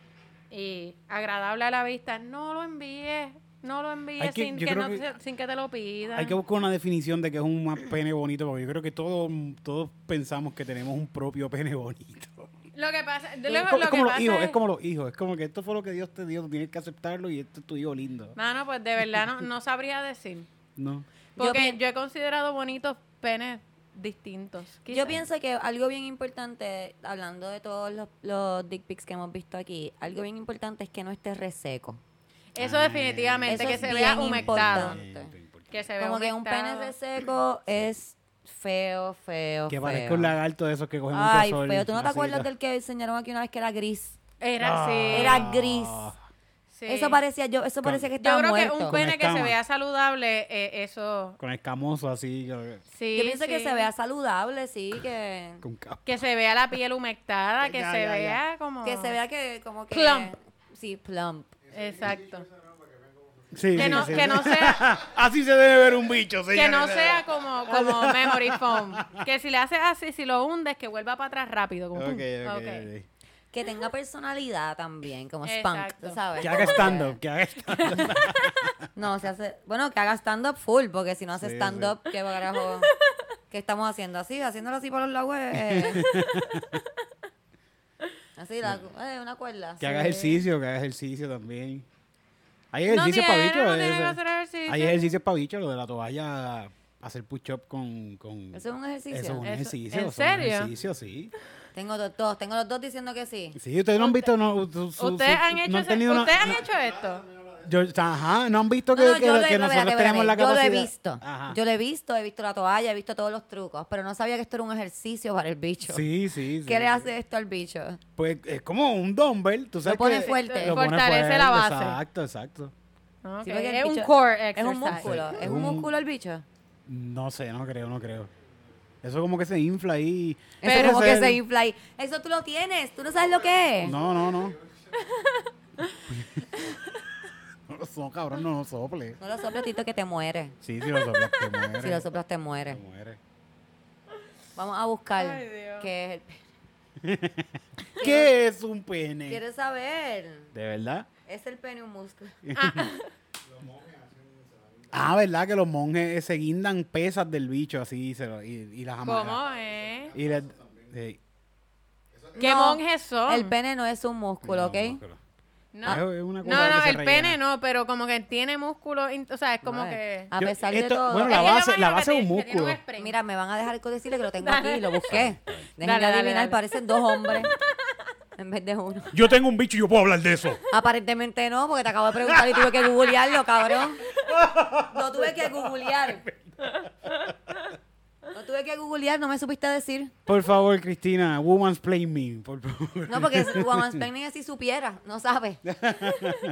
S3: y agradable a la vista, no lo envíes, no lo envíes
S2: Hay que-
S3: sin,
S2: yo
S3: que
S2: creo
S3: no
S2: que-
S3: se- sin que te lo pidan.
S2: Hay que buscar una definición de que es un más pene bonito, porque yo creo que todos, todos pensamos que tenemos un propio pene bonito.
S3: Lo que pasa, lo,
S2: es como, es
S3: lo que
S2: como los
S3: pasa
S2: hijos,
S3: es-
S2: es como los hijos. Es como que esto fue lo que Dios te dio, tú tienes que aceptarlo y esto es tu hijo lindo.
S3: Mano, pues de verdad no, no sabría decir.
S2: No.
S1: Yo
S3: Porque yo,
S1: pi-
S3: he considerado bonitos penes distintos.
S1: Yo
S3: quizás.
S1: pienso que algo bien importante, hablando de todos los, los dick pics que hemos visto aquí, algo bien importante es que no esté reseco.
S3: Eso definitivamente,
S1: Eso
S3: que
S1: es
S3: se
S1: bien
S3: vea humectado.
S1: importante.
S2: Eh,
S3: Que se vea
S1: Como que un pene
S3: humectado.
S1: reseco es feo, feo,
S2: Que
S1: feo.
S2: parezca un lagarto de esos que cogen
S1: Ay,
S2: mucho sol.
S1: feo. ¿Tú no te
S2: así,
S1: acuerdas
S2: ta-
S1: del que enseñaron aquí una vez que era gris?
S3: Era
S2: Ah.
S3: así.
S1: Era gris.
S3: sí.
S1: Eso parecía yo, eso parecía que
S3: Yo
S1: estaba
S3: creo
S1: muerto.
S3: que un
S2: Con
S3: pene que se
S2: escama.
S3: vea saludable, eh, eso.
S2: Con escamoso así, yo-
S3: Sí,
S1: Yo pienso que
S3: sí.
S1: se vea saludable, sí, que
S2: con capa.
S3: Que se vea la piel humectada, que
S2: Ya,
S3: se
S2: ya, ya.
S3: vea como.
S1: que se vea que como que
S3: Plump.
S1: Sí, plump.
S3: Exacto.
S2: Sí,
S3: Que
S2: sí,
S3: no,
S2: sí,
S3: que
S2: sí.
S3: no sea,
S2: Así se debe ver un bicho,
S3: que no sea como, como memory foam. Que si le haces así, si lo hundes, que vuelva para atrás rápido. Como,
S2: Ok,
S3: pum.
S2: ok,
S3: Ok.
S2: ok.
S1: Que tenga personalidad también, como spunk,
S3: Exacto.
S1: ¿tú ¿sabes?
S2: Que haga stand-up, que haga stand-up.
S1: No, se hace, bueno, que haga stand up full, porque si no hace
S2: Sí,
S1: stand up, qué carajo. ¿Qué estamos haciendo así, haciéndolo así por los lados. eh. Así la, eh, una cuerda.
S2: Que haga
S1: sí.
S2: ejercicio, que haga ejercicio también. Hay
S3: No
S2: ejercicios para
S3: tiene,
S2: bichos.
S3: no
S2: de
S3: tiene que
S2: eso.
S3: hacer ejercicio.
S2: Hay ejercicios para bichos, lo de la toalla, hacer push-up con, con...
S1: Eso es un ejercicio.
S2: Eso es un
S3: Eso-
S2: ejercicio. eso
S3: ¿en
S2: es un
S3: serio?
S2: ejercicio, sí.
S1: Tengo los dos, tengo los dos diciendo que sí. Ah,
S2: Sí, ustedes no han visto... No, su- su-
S3: Ustedes
S2: su-
S3: han hecho,
S2: no
S3: ese-
S2: tenido una-
S3: ¿ustedes han
S2: no-
S3: hecho esto.
S2: yo- ajá, no han visto que,
S1: No, no,
S2: que-
S1: yo lo he-
S2: que
S1: no, espérate,
S2: nosotros tenemos la
S1: espérate, yo lo
S2: capacidad.
S1: he visto.
S2: Ajá.
S1: Yo lo he visto, he visto la toalla, he visto todos los trucos, pero no sabía que esto era un ejercicio para el bicho.
S2: Sí, sí, sí.
S1: ¿Qué le hace esto al bicho?
S2: Pues es como un dumbbell, tú sabes
S1: pone
S2: que-
S1: fuerte.
S2: Lo pone
S3: Fortalece la base.
S2: Exacto, exacto.
S3: Ok,
S1: Sí, porque el
S3: Es un
S1: bicho-
S3: core
S1: Es
S3: exercise.
S1: un músculo, es un
S2: Un-
S1: músculo el bicho.
S2: No sé, no creo, no creo. Eso como que se infla ahí.
S1: Eso como que
S2: Entonces,
S1: se infla ahí. Eso tú lo tienes, tú no sabes lo que es.
S2: No, no, no. no lo so, cabrón, no lo sople.
S1: No lo soples, Tito, que te mueres.
S2: Sí, si lo soplas, te mueres.
S1: Si lo soplas, te mueres.
S2: te mueres.
S1: Vamos a buscar
S3: Ay, Dios.
S1: qué es el...
S2: ¿Qué es un pene?
S1: ¿Quieres saber?
S2: ¿De verdad?
S1: Es el pene un músculo.
S2: Ah, ¿verdad? Que los monjes se guindan pesas del bicho así y, se lo- y, y las amarran.
S3: ¿Cómo es?
S2: Y les- sí.
S3: ¿Qué
S1: No,
S3: monjes son?
S1: El pene no es un músculo,
S2: No,
S1: ¿ok?
S2: músculo.
S3: No,
S2: Es
S3: no,
S2: una cosa que
S3: no,
S2: se
S3: el
S2: rellena.
S3: pene no, pero como que tiene músculo, in- o sea, es como
S1: No,
S3: que...
S1: A
S2: Yo-
S1: pesar de
S2: esto-
S1: todo...
S2: bueno, la
S3: Es que yo
S2: base-
S3: me
S2: la
S3: imagino
S2: base
S3: que
S2: es un
S3: te- que tiene
S2: músculo.
S3: spring.
S1: Mira, me van a dejar con decirle que lo tengo aquí, lo busqué. Déjenme
S3: Dale, dale,
S1: adivinar,
S3: dale.
S1: parecen dos hombres en vez de uno.
S2: Yo tengo un bicho y yo puedo hablar de eso.
S1: Aparentemente no, porque te acabo de preguntar y tuve que googlearlo, cabrón. Lo tuve que googlear. Lo tuve que googlear, no me supiste decir.
S2: Por favor, Cristina, woman's play me, por favor.
S1: No, porque Woman's Planning si supiera, no sabe.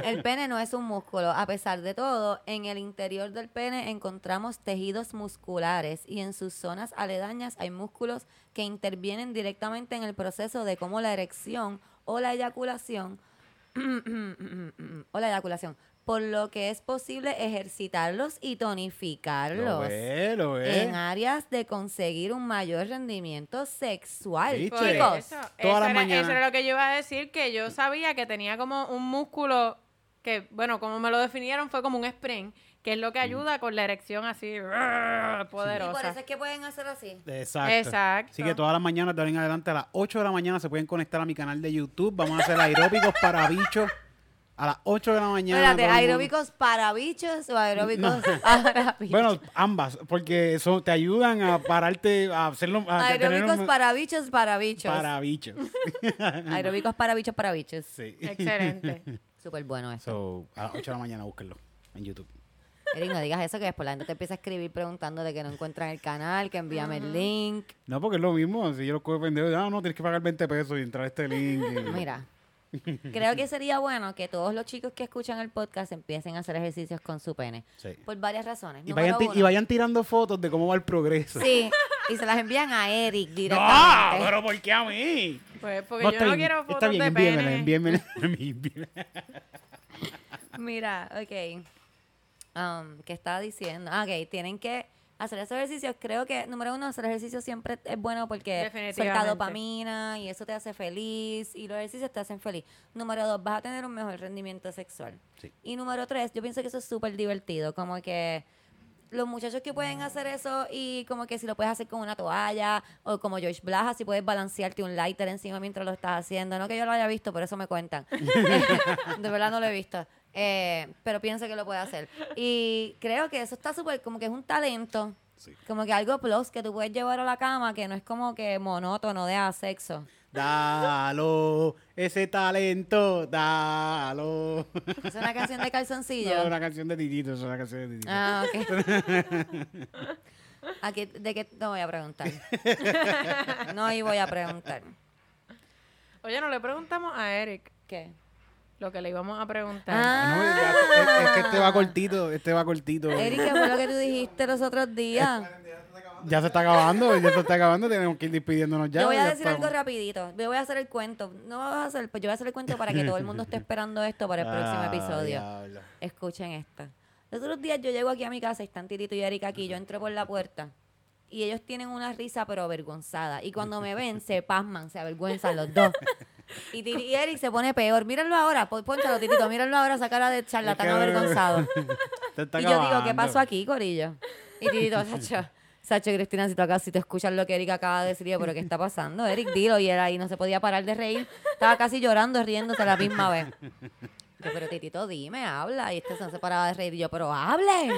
S1: El pene no es un músculo. A pesar de todo, en el interior del pene encontramos tejidos musculares y en sus zonas aledañas hay músculos que intervienen directamente en el proceso de cómo la erección o la eyaculación o la eyaculación, por lo que es posible ejercitarlos y
S2: Lo
S1: tonificarlos
S2: ve, lo ve.
S1: en áreas de conseguir un mayor rendimiento sexual.
S2: ¿Viste?
S3: Por
S1: Pues, Chicos,
S3: eso,
S2: Todas
S3: eso
S2: las
S3: era,
S2: mañanas.
S3: eso era lo que yo iba a decir, que yo sabía que tenía como un músculo que, bueno, como me lo definieron, fue como un spring, que es lo que ayuda con la erección así brrr,
S1: Y por
S3: poderosa.
S1: eso es que pueden hacer así.
S2: Exacto.
S3: Exacto.
S2: Así que todas las mañanas de ahora en adelante a las 8 de la mañana se pueden conectar a mi canal de YouTube. Vamos a hacer aeróbicos para bichos a las 8 de la mañana.
S1: Espérate,
S2: todo el mundo-
S1: aeróbicos para bichos o aeróbicos para
S3: Pues
S1: bichos.
S2: Bueno, ambas, porque eso te ayudan a pararte, a hacerlo. A tener
S1: aeróbicos
S2: un-
S1: para bichos para bichos.
S2: para bichos.
S1: Aeróbicos para bichos para bichos.
S2: Sí.
S3: Excelente.
S1: Súper bueno eso.
S2: So, a las 8 de la mañana búsquenlo en YouTube.
S1: Eric, no digas eso, que después la gente te empieza a escribir preguntando de que no encuentran el canal, que envíame el link.
S2: No, porque es lo mismo. Si yo lo cojo pendejo, ah, no, tienes que pagar 20 pesos y entrar a este link. y-
S3: pues,
S1: Mira, creo que sería bueno que todos los chicos que escuchan el podcast empiecen a hacer ejercicios con su pene.
S2: Sí.
S1: Por varias razones.
S2: Y
S1: Número
S2: vayan, ti-
S1: uno.
S2: y vayan tirando fotos de cómo va el progreso.
S1: Sí, y se las envían a Eric
S2: ¡No!
S1: directamente.
S2: ¿Pero por qué a mí?
S3: Pues porque
S2: No,
S3: yo
S2: está
S3: no
S2: bien,
S3: quiero
S2: Está
S3: fotos
S2: bien,
S3: de
S2: envíenmela,
S3: pene.
S2: envíenmela, envíenmela.
S1: Mira, ok. Um, ¿Qué estaba diciendo? Ah, Ok, tienen que hacer esos ejercicios. Creo que, número uno, hacer ejercicio siempre es bueno porque suelta
S3: Definitivamente.
S1: dopamina y eso te hace feliz y los ejercicios te hacen feliz. Número dos, vas a tener un mejor rendimiento sexual.
S2: Sí.
S1: Y número tres, yo pienso que eso es súper divertido, como que los muchachos que pueden hacer eso y como que si lo puedes hacer con una toalla o como George Blaja, si puedes balancearte un lighter encima mientras lo estás haciendo. No que yo lo haya visto, por eso me cuentan. de verdad no lo he visto. Eh, pero pienso que lo puede hacer. Y creo que eso está súper, como que es un talento.
S2: Sí.
S1: Como que algo plus que tú puedes llevar a la cama que no es como que monótono de ah, sexo.
S2: Dalo, ese talento, dalo.
S1: Es una canción de calzoncillo.
S2: No, es una canción de Titito, es una canción de Titito.
S1: Ah, ok. ¿A qué- ¿De qué no voy a preguntar? No, y voy a preguntar.
S3: Oye, no le preguntamos a Eric
S1: ¿Qué?
S3: lo que le íbamos a preguntar.
S2: Ah, no,
S1: Ah,
S2: ya, es, es que este va cortito, este va cortito.
S1: Eric, ¿qué fue lo que tú dijiste los otros días?
S2: Ya se está acabando, ya se está acabando, tenemos que ir despidiéndonos ya.
S1: yo voy a
S2: ya
S1: decir
S2: estamos.
S1: algo rapidito. Yo voy a hacer el cuento. No vas a hacer, pues yo voy a hacer el cuento para que todo el mundo esté esperando esto para el próximo
S2: Ah,
S1: episodio.
S2: diablo.
S1: Escuchen esto. Los otros días yo llego aquí a mi casa, están Tirito y Erika aquí, yo entro por la puerta y ellos tienen una risa pero avergonzada. Y cuando me ven, se pasman, se avergüenzan los dos. Y, Tiri- y Eric se pone peor. Mírenlo ahora, pon- pónchalo, Titito, mírenlo ahora esa cara de charlatán
S2: Es que-
S1: avergonzado.
S2: Se está
S1: Y yo digo, ¿qué
S2: acabando.
S1: pasó aquí, Corillo? Y Titito, Sacho, Sacho y Cristina, si tú acá, si te escuchas lo que Eric acaba de decir, yo, pero ¿qué está pasando? Eric, dilo, y él ahí no se podía parar de reír. Estaba casi llorando, riéndose a la misma vez. Yo, pero Titito, dime, habla. Y este se se paraba de reír. Y yo, pero hable.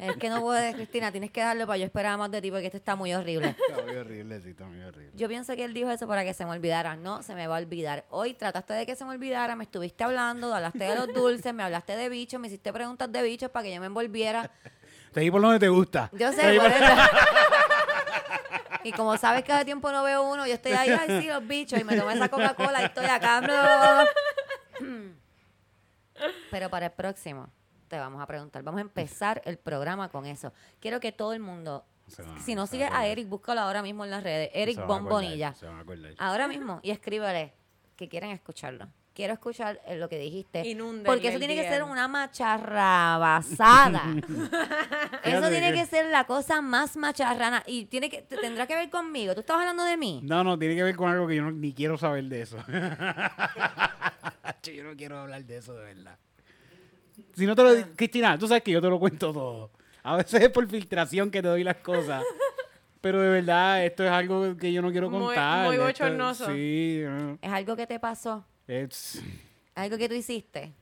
S1: Es que no puedes, Cristina, tienes que darle para yo esperaba más de ti porque esto está muy horrible.
S2: Está muy horrible, sí, está muy horrible.
S1: Yo pienso que él dijo eso para que se me olvidara. No, se me va a olvidar. Hoy trataste de que se me olvidara, me estuviste hablando, hablaste de los dulces, me hablaste de bichos, me hiciste preguntas de bichos para que yo me envolviera.
S2: Seguí por donde te gusta.
S1: Yo sé,
S2: Seguí
S1: por
S2: por-
S1: eso. Y como sabes que hace tiempo no veo uno, yo estoy ahí, ay, sí, los bichos, y me tomé esa Coca-Cola y estoy acá. bro. Pero para el próximo, te vamos a preguntar. Vamos a empezar el programa con eso. Quiero que todo el mundo,
S2: Se va-
S1: si no
S2: se
S1: sigues
S2: va
S1: a
S2: acordar.
S1: Eric, búscalo ahora mismo en las redes. Eric
S2: Se van a acordar,
S1: Bombonilla. Ah,
S2: Se van a acordar.
S1: Ahora mismo y escríbele que quieren escucharlo. Quiero escuchar eh, lo que dijiste.
S3: Inúndenle
S1: porque eso
S3: el
S1: tiene que
S3: DM.
S1: ser una macharrabasada. eso
S2: Fíjate
S1: tiene
S2: que-
S1: que ser la cosa más macharrana y tiene que te- tendrá que ver conmigo. Tú estabas hablando de mí.
S2: No, no, tiene que ver con algo que yo no- ni quiero saber de eso. Che, yo no quiero hablar de eso, de verdad. Si no te lo... di- Cristina, tú sabes que yo te lo cuento todo. A veces es por filtración que te doy las cosas. Pero de verdad, esto es algo que yo no quiero
S3: Muy-
S2: contar.
S3: muy
S2: Esto-
S3: bochornoso.
S2: Sí. no.
S1: Es algo que te pasó,
S2: Es,
S1: algo que tú hiciste.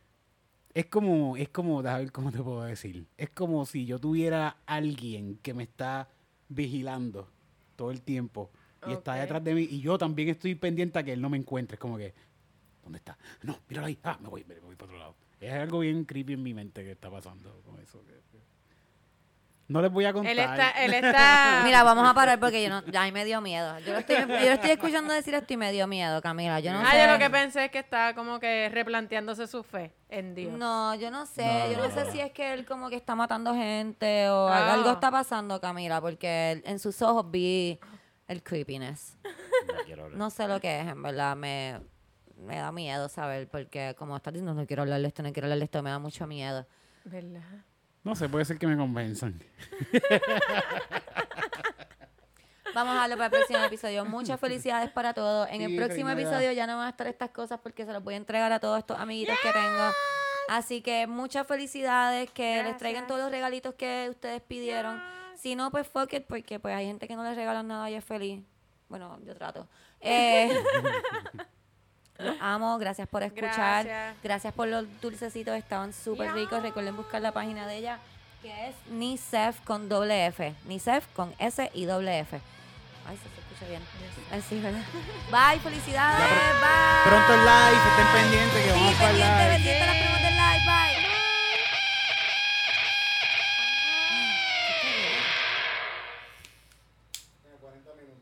S2: es como... Es como... déjame ver ¿Cómo te puedo decir? Es como si yo tuviera alguien que me está vigilando todo el tiempo. Y está
S3: Ok.
S2: detrás de mí. Y yo también estoy pendiente a que él no me encuentre. Es como que... ¿Dónde está? No, míralo ahí. Ah, me voy, me voy para otro lado. Es algo bien creepy en mi mente que está pasando con eso. No les voy a contar.
S3: Él está, eh. él está.
S1: Mira, vamos a parar porque yo no, ya ahí me dio miedo. Yo lo estoy, yo lo estoy escuchando decir esto y me dio miedo, Camila. Yo no
S3: ah,
S1: sé.
S3: yo lo que pensé es que estaba como que replanteándose su fe en Dios.
S1: No, yo no sé.
S2: No,
S1: yo
S2: no,
S1: no,
S2: no,
S1: sé
S2: no.
S1: si es que él como que está matando gente o
S3: Ah.
S1: algo está pasando, Camila, porque él- en sus ojos vi el creepiness.
S2: No quiero hablar.
S1: No sé lo que es, en verdad. Me, me da miedo saber porque como estás diciendo, no quiero hablar de esto, no quiero hablar de esto, me da mucho miedo.
S3: ¿Verdad?
S2: No sé, puede ser que me convenzan.
S1: Vamos a hablar para el próximo episodio. Muchas felicidades para todos. En el
S2: Sí,
S1: próximo
S2: cariño,
S1: episodio ya no van a estar estas cosas porque se las voy a entregar a todos estos amiguitos que tengo. Así que muchas felicidades, que les traigan todos los regalitos que ustedes pidieron. Si no, pues fuck it, porque pues hay gente que no les regalan nada y es feliz. Bueno, yo trato. Eh, los amo, gracias por escuchar.
S3: Gracias.
S1: Gracias por los dulcecitos, estaban súper
S3: Ya.
S1: ricos. Recuerden buscar la página de ella, que es Nicef con doble F. Nicef con S y doble F. Ay, se, se escucha bien. Ay, sí, ¿verdad? Bye, felicidades. Bye.
S2: Pronto el live, estén pendientes que
S1: Sí,
S2: vamos a estar
S1: pendiente,
S2: live.
S1: pendiente a las preguntas del live. Bye.
S2: 40 minutos.